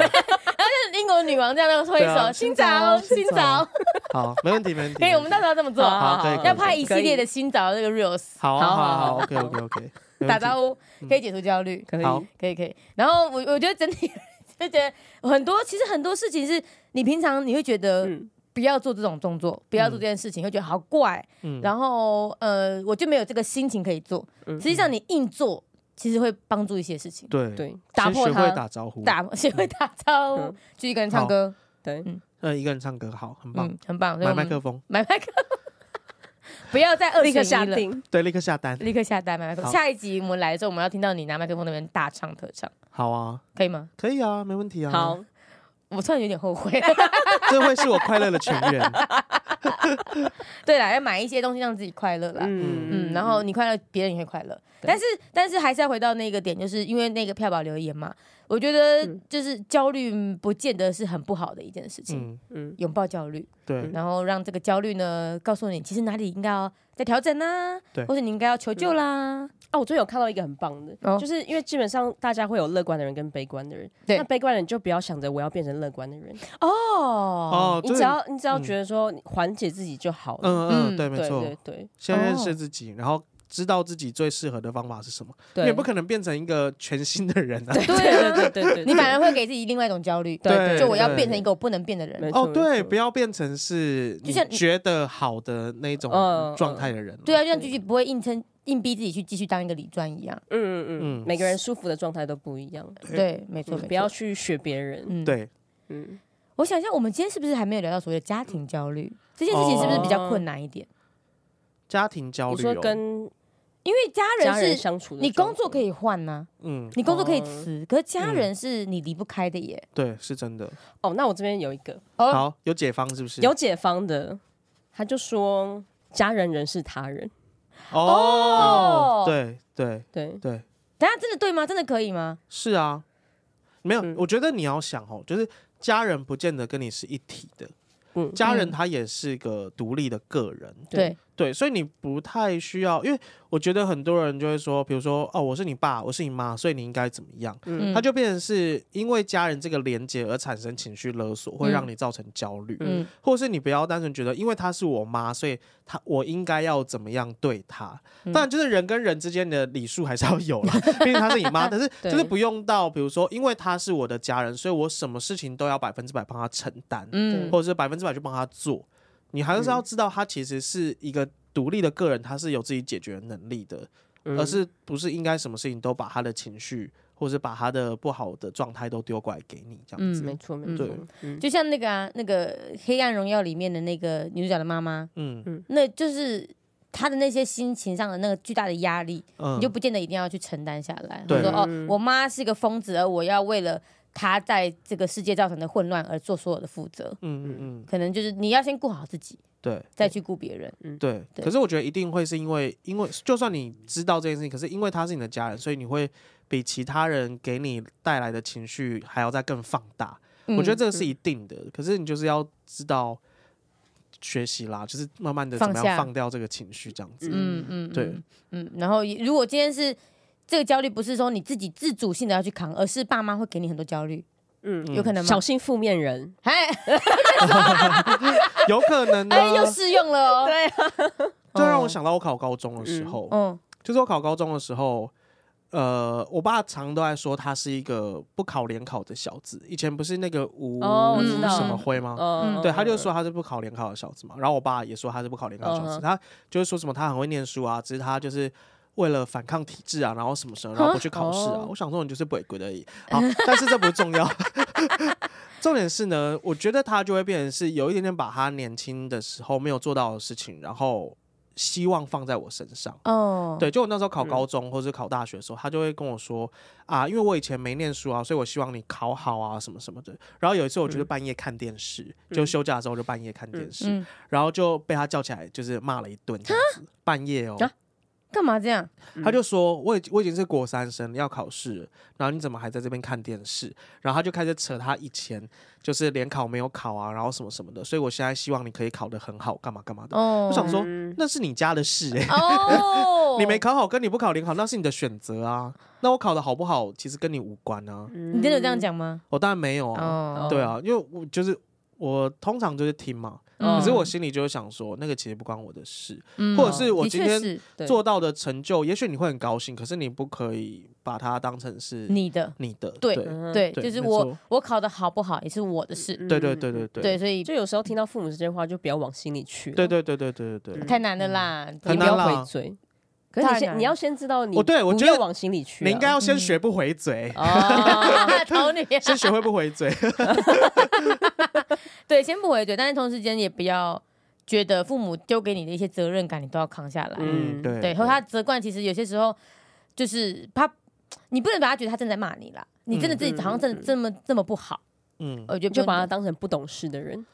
Speaker 3: 英国女王这样那个挥
Speaker 1: 对啊
Speaker 3: 手，新早，新
Speaker 1: 新
Speaker 3: 早
Speaker 1: 早。好，没问题没问题。
Speaker 3: 可以，哎我们到时候要这么做，
Speaker 1: 好可以可以
Speaker 3: 要拍一系列的新早这个 reels，
Speaker 1: 好啊好
Speaker 2: 好好
Speaker 1: 啊好
Speaker 2: 好
Speaker 1: ，OK OK OK，
Speaker 3: 打招呼
Speaker 1: 嗯
Speaker 3: 可以解除焦虑，
Speaker 2: 可以，
Speaker 1: 好
Speaker 3: 可以可以。然后我我觉得整体 就觉得很多，其实很多事情是你平常你会觉得
Speaker 2: 嗯
Speaker 3: 不要做这种动作，不要做这件事情，会觉得好怪。
Speaker 1: 嗯
Speaker 3: 然后呃，我就没有这个心情可以做。
Speaker 2: 嗯
Speaker 3: 实际上你硬做，其实会帮助一些事情，
Speaker 1: 对
Speaker 2: 对
Speaker 3: 打
Speaker 1: 先
Speaker 3: 破
Speaker 1: 学
Speaker 3: 它
Speaker 1: 会打招呼，
Speaker 3: 打 学会打招呼
Speaker 2: 嗯，
Speaker 3: 就一个人唱歌，
Speaker 2: 对，
Speaker 1: 呃一个人唱歌好，很棒
Speaker 3: 嗯，，很棒。所以
Speaker 1: 买
Speaker 3: 我
Speaker 1: 麦
Speaker 3: 们
Speaker 1: 克风，
Speaker 3: 买麦克， 不要再二
Speaker 2: 嗯立刻
Speaker 3: 选
Speaker 2: 下
Speaker 3: 一了。
Speaker 2: 定。
Speaker 1: 对，立刻下单，
Speaker 3: 立刻下单买麦克
Speaker 1: 好
Speaker 3: 风。下一集我们来的时候，我们要听到你拿麦克风那边大唱特唱，
Speaker 1: 好啊，
Speaker 3: 可以吗？
Speaker 1: 可以啊，没问题啊，，
Speaker 2: 好，
Speaker 3: 我突然有点后悔。
Speaker 1: 这会是我快乐的泉源，
Speaker 3: 对啦，要买一些东西让自己快乐啦。嗯
Speaker 1: 嗯
Speaker 3: 然后你快乐，别人也会快乐。
Speaker 2: 对
Speaker 3: 但是，但是还是要回到那个点，就是因为那个票宝留言嘛，我觉得
Speaker 2: 嗯
Speaker 3: 就是焦虑不见得是很不好的一件事情，
Speaker 1: 嗯，
Speaker 2: 嗯，
Speaker 3: 拥抱焦虑，
Speaker 1: 对，
Speaker 3: 然后让这个焦虑呢告诉你，其实哪里应该要再调整啦，
Speaker 1: 对
Speaker 3: 或者你应该要求救啦。
Speaker 2: 啊，我最近有看到一个很棒的，
Speaker 3: 哦
Speaker 2: 就是因为基本上大家会有乐观的人跟悲观的人，
Speaker 3: 对
Speaker 2: 那悲观的人就不要想着我要变成乐观的人，
Speaker 3: 哦，
Speaker 1: 哦，
Speaker 2: 你
Speaker 1: 这
Speaker 2: 只要你只要
Speaker 1: 嗯
Speaker 2: 觉得说你缓解自己就好了。
Speaker 1: 嗯嗯，
Speaker 3: 嗯
Speaker 1: 对，没
Speaker 2: 对
Speaker 1: 错
Speaker 2: 对，对
Speaker 1: 先认识自己，然后。知道自己最适合的方法是什么，你
Speaker 2: 对，
Speaker 1: 也不可能变成一个全新的人啊！
Speaker 2: 对对对对对，
Speaker 3: 你反而会给自己另外一种焦虑，
Speaker 1: 对对
Speaker 3: 就我要
Speaker 1: 对
Speaker 3: 变成一个我不能变的人
Speaker 2: 没。
Speaker 1: 哦，
Speaker 2: 错
Speaker 1: 对，
Speaker 2: 没错
Speaker 1: 不要变成是
Speaker 3: 就
Speaker 1: 你
Speaker 3: 像你
Speaker 1: 觉得好的那种
Speaker 2: 嗯
Speaker 1: 状
Speaker 2: 嗯
Speaker 1: 态的人啊。
Speaker 3: 对啊，就像句句不会硬撑、硬逼自己去继续当一个理专一样。
Speaker 2: 嗯嗯
Speaker 1: 嗯
Speaker 2: 嗯，每个人舒服的状态都不一样，
Speaker 1: 对嗯
Speaker 3: 对，没错，没错
Speaker 2: 不要去学别人。
Speaker 3: 嗯。
Speaker 1: 对，
Speaker 2: 嗯，
Speaker 3: 我我想一下，我们今天是不是还没有聊到所谓的家庭焦虑这件事情？是不是比
Speaker 2: 哦
Speaker 3: 较困难一点？
Speaker 1: 家庭焦
Speaker 2: 你
Speaker 1: 虑、
Speaker 2: 说
Speaker 1: 哦，
Speaker 2: 跟
Speaker 3: 因为家
Speaker 2: 家人
Speaker 3: 人是
Speaker 2: 相处的，
Speaker 3: 你工作可，以换呐、
Speaker 1: 嗯，
Speaker 3: 你工作可以
Speaker 2: 哦
Speaker 3: 辞，可是家人是你离不开的耶。
Speaker 1: 对，是真的。
Speaker 2: 哦，那我这边有一个，
Speaker 3: 哦，
Speaker 1: 好，有解方是不是？
Speaker 2: 有解方的，他就说家人人是他人，
Speaker 1: 哦
Speaker 3: 哦，
Speaker 1: 对对
Speaker 2: 对，
Speaker 1: 对，
Speaker 3: 等下真的对吗？真的可以吗？
Speaker 1: 是啊，没有，
Speaker 2: 嗯
Speaker 1: 我觉得你要想哦，就是家人不见得跟你是一体的，
Speaker 2: 嗯，
Speaker 1: 家人
Speaker 3: 嗯
Speaker 1: 他也是个独立的个人，
Speaker 3: 对，
Speaker 1: 对，所以你不太需要，因为我觉得很多人就会说，比如说哦，我是你爸，我是你妈，所以你应该怎么样，
Speaker 3: 嗯
Speaker 1: 他就变成是因为家人这个连接而产生情绪勒索，会
Speaker 3: 嗯
Speaker 1: 让你造成焦虑，
Speaker 3: 嗯
Speaker 1: 或是你不要单纯觉得因为她是我妈，所以她我应该要怎么样对她。
Speaker 3: 嗯
Speaker 1: 当然，就是人跟人之间的礼数还是要有 啦，毕竟她是你妈，但是
Speaker 2: 对
Speaker 1: 就是不用到比如说因为她是我的家人，所以我什么事情都要百分之百帮她承担，
Speaker 3: 嗯
Speaker 1: 或者是百分之百去帮她做。你还是要知道，她其实是一个独立的个人，她是有自己解决能力的。
Speaker 3: 嗯
Speaker 1: 而呃是不是应该什么事情都把他的情绪，或是把他的不好的状态都丢过来给你这样子？
Speaker 3: 嗯
Speaker 2: 没错没
Speaker 3: 嗯
Speaker 2: 错
Speaker 1: 对，
Speaker 2: 嗯
Speaker 3: 就像那个啊，那个《黑暗荣耀》里面的那个女主角的妈妈，
Speaker 1: 嗯
Speaker 3: 那就是她的那些心情上的那个巨大的压力，
Speaker 1: 嗯，
Speaker 3: 你就不见得一定要去承担下来。
Speaker 1: 对
Speaker 3: 或者说哦
Speaker 2: 嗯，
Speaker 3: 我妈是个疯子，而我要为了她在这个世界造成的混乱而做所有的负责。
Speaker 1: 嗯嗯嗯，
Speaker 3: 可能就是你要先顾好自己，
Speaker 1: 对
Speaker 3: 再去顾别人。
Speaker 1: 对。
Speaker 3: 对
Speaker 1: 可是我觉得一定会是因为，因为就算你知道这件事情，可是因为他是你的家人，所以你会比其他人给你带来的情绪还要再更放大。我觉得这
Speaker 3: 嗯
Speaker 1: 个是一定的，可是你就是要知道学习啦，就是慢慢的怎
Speaker 3: 放
Speaker 1: 么样
Speaker 3: 下
Speaker 1: 放掉这个情绪，这样子。
Speaker 3: 嗯嗯，
Speaker 1: 对
Speaker 3: 嗯，嗯。然后如果今天是这个焦虑，不是说你自己自主性的要去扛，而是爸妈会给你很多焦虑，
Speaker 2: 嗯，
Speaker 3: 有可能吗
Speaker 2: 小？心负面人，
Speaker 3: 哎
Speaker 1: 有可能呢，
Speaker 3: 哎，又适用了哦。
Speaker 2: 对，
Speaker 1: 这让我想到我考高中的时候，
Speaker 3: 嗯
Speaker 1: 就是我考高中的时候，呃，我爸常都在说他是一个不考联考的小子。以前不是那个吴、
Speaker 2: 哦
Speaker 3: 我知道
Speaker 1: 什么辉吗？
Speaker 2: 嗯，
Speaker 1: 对，他就说他是不考联考的小子嘛。然后我爸也说他是不考联考的小子，
Speaker 2: 嗯哼
Speaker 1: 他就是说什么他很会念书啊，只是他就是。为了反抗体制啊，然后什么什么，然后不去考试啊。
Speaker 2: 哦
Speaker 1: 我想说，你就是不鬼鬼而已。好，但是这不是重要。 重点是呢，我觉得他就会变成是有一点点把他年轻的时候没有做到的事情，然后希望放在我身上。
Speaker 3: 哦，
Speaker 1: 对，就我那时候考高中或者考大学的时候，他就会跟我说啊，因为我以前没念书啊，所以我希望你考好啊，什么什么的。然后有一次，我就是半夜看电视，就休假的时候就半夜看电视，
Speaker 3: 嗯，
Speaker 1: 然后就被他叫起来，就是骂了一顿这样子。半夜哦，
Speaker 2: 啊
Speaker 3: 干嘛这样？
Speaker 1: 他就说我已我已经是国三生了，要考试了，然后你怎么还在这边看电视？然后他就开始扯他以前就是联考没有考啊，然后什么什么的，所以我现在希望你可以考得很好，干嘛干嘛的。
Speaker 3: 哦，
Speaker 1: 我想说
Speaker 2: 嗯
Speaker 1: 那是你家的事哎、，
Speaker 3: 哦
Speaker 1: 你没考好跟你不考联考，那是你的选择啊。那我考的好不好，其实跟你无关啊。
Speaker 3: 你真的有这样讲吗？
Speaker 1: 我当然没有啊，
Speaker 3: 嗯哦，
Speaker 1: 对啊，因为我就是我通常就是听嘛，
Speaker 3: 嗯
Speaker 1: 可是我心里就会想说，那个其实不关我的事，
Speaker 3: 嗯
Speaker 1: 或者是我今
Speaker 3: 的确
Speaker 1: 天
Speaker 3: 是
Speaker 2: 对
Speaker 1: 做到的成就，也许你会很高兴，可是你不可以把它当成是
Speaker 3: 你的，
Speaker 1: 你的。
Speaker 3: 对
Speaker 1: 对
Speaker 2: 嗯
Speaker 3: 对，
Speaker 1: 对
Speaker 3: 就是
Speaker 1: 没
Speaker 3: 我
Speaker 1: 错
Speaker 3: 我考的好不好也是我的事，
Speaker 1: 对对对对对
Speaker 3: 对，所以
Speaker 2: 就有时候听到父母这些话，就不要往心里去，
Speaker 1: 对，对对对对对对。
Speaker 3: 太难了啦，
Speaker 1: 很
Speaker 2: 也不
Speaker 1: 嗯难
Speaker 2: 要
Speaker 1: 啦
Speaker 2: 回追。可是你
Speaker 3: 当然
Speaker 2: 先，你要先知道你，
Speaker 1: 哦对我
Speaker 2: 不
Speaker 1: 觉得
Speaker 2: 要往心里去啊，
Speaker 1: 你应该要先学不回嘴，
Speaker 3: 嗯哦， 讨你。
Speaker 1: 先学会不回 嘴。
Speaker 3: 对，先不回嘴，但是同时间也不要觉得父母丢给你的一些责任感，你都要扛下来。
Speaker 1: 嗯，
Speaker 2: 嗯
Speaker 1: 对
Speaker 3: 对，和他责怪，其实有些时候就是他，你不能把他觉得他真的在骂你啦，你真的自己好像真的这么这么不好，
Speaker 1: 嗯，
Speaker 3: 我觉得
Speaker 2: 就把他
Speaker 3: 他
Speaker 2: 当成不懂事的人，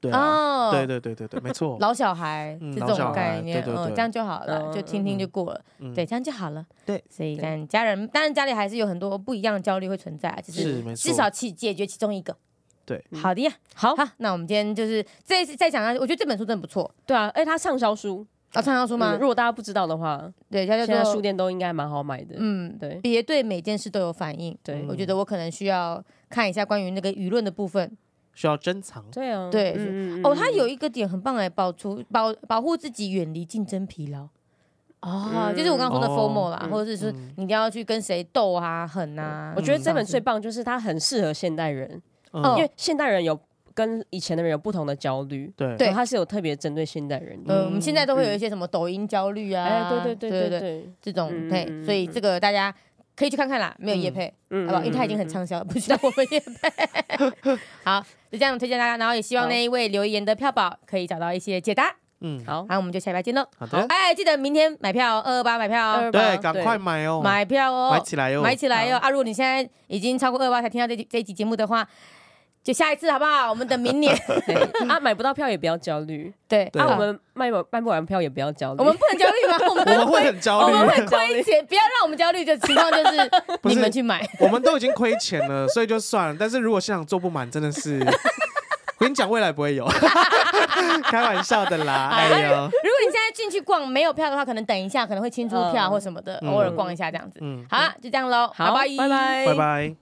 Speaker 1: 对啊，
Speaker 3: 哦，
Speaker 1: 对对对对对，没错。
Speaker 3: 老小孩
Speaker 1: 嗯
Speaker 3: 是这
Speaker 1: 老小
Speaker 3: 种
Speaker 1: 孩
Speaker 3: 概念，
Speaker 1: 对对
Speaker 3: 嗯，
Speaker 1: 对
Speaker 3: 这样就好了，
Speaker 2: 嗯
Speaker 3: 就听听就过了，
Speaker 1: 嗯
Speaker 3: 对，这样就好了。
Speaker 1: 对，
Speaker 3: 所以
Speaker 2: 对
Speaker 3: 但家人，当然家里还是有很多不一样的焦虑会存在啊，就是
Speaker 1: 是没错
Speaker 3: 至少去解决其中一个。
Speaker 1: 对，
Speaker 2: 嗯
Speaker 3: 好的呀，
Speaker 2: 好
Speaker 3: 好，那我们今天就是这一次再讲下去，我觉得这本书真的不错
Speaker 2: 对啊，哎，他畅销书
Speaker 3: 啊，畅销书吗
Speaker 2: 嗯？如果大家不知道的话，
Speaker 3: 对，它
Speaker 2: 现
Speaker 3: 叫
Speaker 2: 在
Speaker 3: 做
Speaker 2: 书店都应该蛮好买的，
Speaker 3: 嗯，
Speaker 2: 对，
Speaker 3: 别对每件事都有反应。
Speaker 2: 对
Speaker 3: 我觉得我可能需要看一下关于那个舆论的部分。
Speaker 1: 需要珍藏。
Speaker 2: 对啊，
Speaker 3: 对
Speaker 2: 嗯
Speaker 3: 哦，他有一个点很棒哎，保除保保护自己，远离竞争疲劳。哦，就是我刚刚说的
Speaker 1: 哦
Speaker 3: formal 啦，或者是说你一定要去跟谁斗啊、狠啊。
Speaker 2: 嗯我觉得这本最
Speaker 3: 嗯
Speaker 2: 棒就是它很适合现代人，
Speaker 1: 嗯
Speaker 2: 因为现代人有跟以前的人有不同的焦虑，
Speaker 1: 对
Speaker 3: 对
Speaker 2: 它是有特别针对现代人的。
Speaker 3: 呃，我们现在都会有一些什么抖音焦虑啊，
Speaker 2: 嗯哎，对对
Speaker 3: 对
Speaker 2: 对对
Speaker 3: 对，
Speaker 2: 对，
Speaker 3: 这种
Speaker 2: 嗯
Speaker 3: 对，
Speaker 2: 嗯
Speaker 3: 所以这个大家可以去看看啦，没有夜配，
Speaker 2: 嗯
Speaker 3: 好不好？因为它已经很畅销了，不需要我们夜配。 好，就这样推荐大家，然后也希望那一位留言的票宝可以找到一些解答。
Speaker 1: 嗯，
Speaker 2: 好，
Speaker 3: 好，我们就下礼拜见喽。
Speaker 1: 好的
Speaker 3: 哎，记得明天买票，二二八买票哦，
Speaker 2: 228
Speaker 1: 对，赶快买哦，
Speaker 3: 买票哦，
Speaker 1: 买起来哦，
Speaker 3: 买起来哟！啊，如果你现在已经超过二八才听到这集这一集节目的话，就下一次好不好？我们等 明年。
Speaker 2: 对 啊，买不到票也不来焦虑，
Speaker 3: 对，
Speaker 1: 对
Speaker 2: 啊，
Speaker 3: 啊，
Speaker 2: 我
Speaker 3: 我们
Speaker 2: 们卖不卖不完票也不要焦虑，
Speaker 3: 我们不能焦 虑吗？我
Speaker 1: 我
Speaker 3: 们
Speaker 1: 们会
Speaker 3: 会
Speaker 1: 很焦
Speaker 3: 我们
Speaker 1: 虑，
Speaker 3: 会亏钱，不要让我们焦虑的情 况就是
Speaker 1: 不是
Speaker 3: 你们去买。
Speaker 1: 我们都已经亏钱了，所以就算了。但是如果现场做不满，真的是，我跟你讲，未来不会有， 开玩笑的啦。哎呦，
Speaker 3: 如果你现在进去逛没有票的话，可能等一下可能会清出票
Speaker 2: 嗯
Speaker 3: 或什么的，
Speaker 1: 嗯
Speaker 3: 偶尔逛一下这样子。
Speaker 1: 嗯，
Speaker 3: 好啦，就这样喽，
Speaker 2: 好，
Speaker 3: 拜
Speaker 2: 拜拜，
Speaker 1: 拜。拜。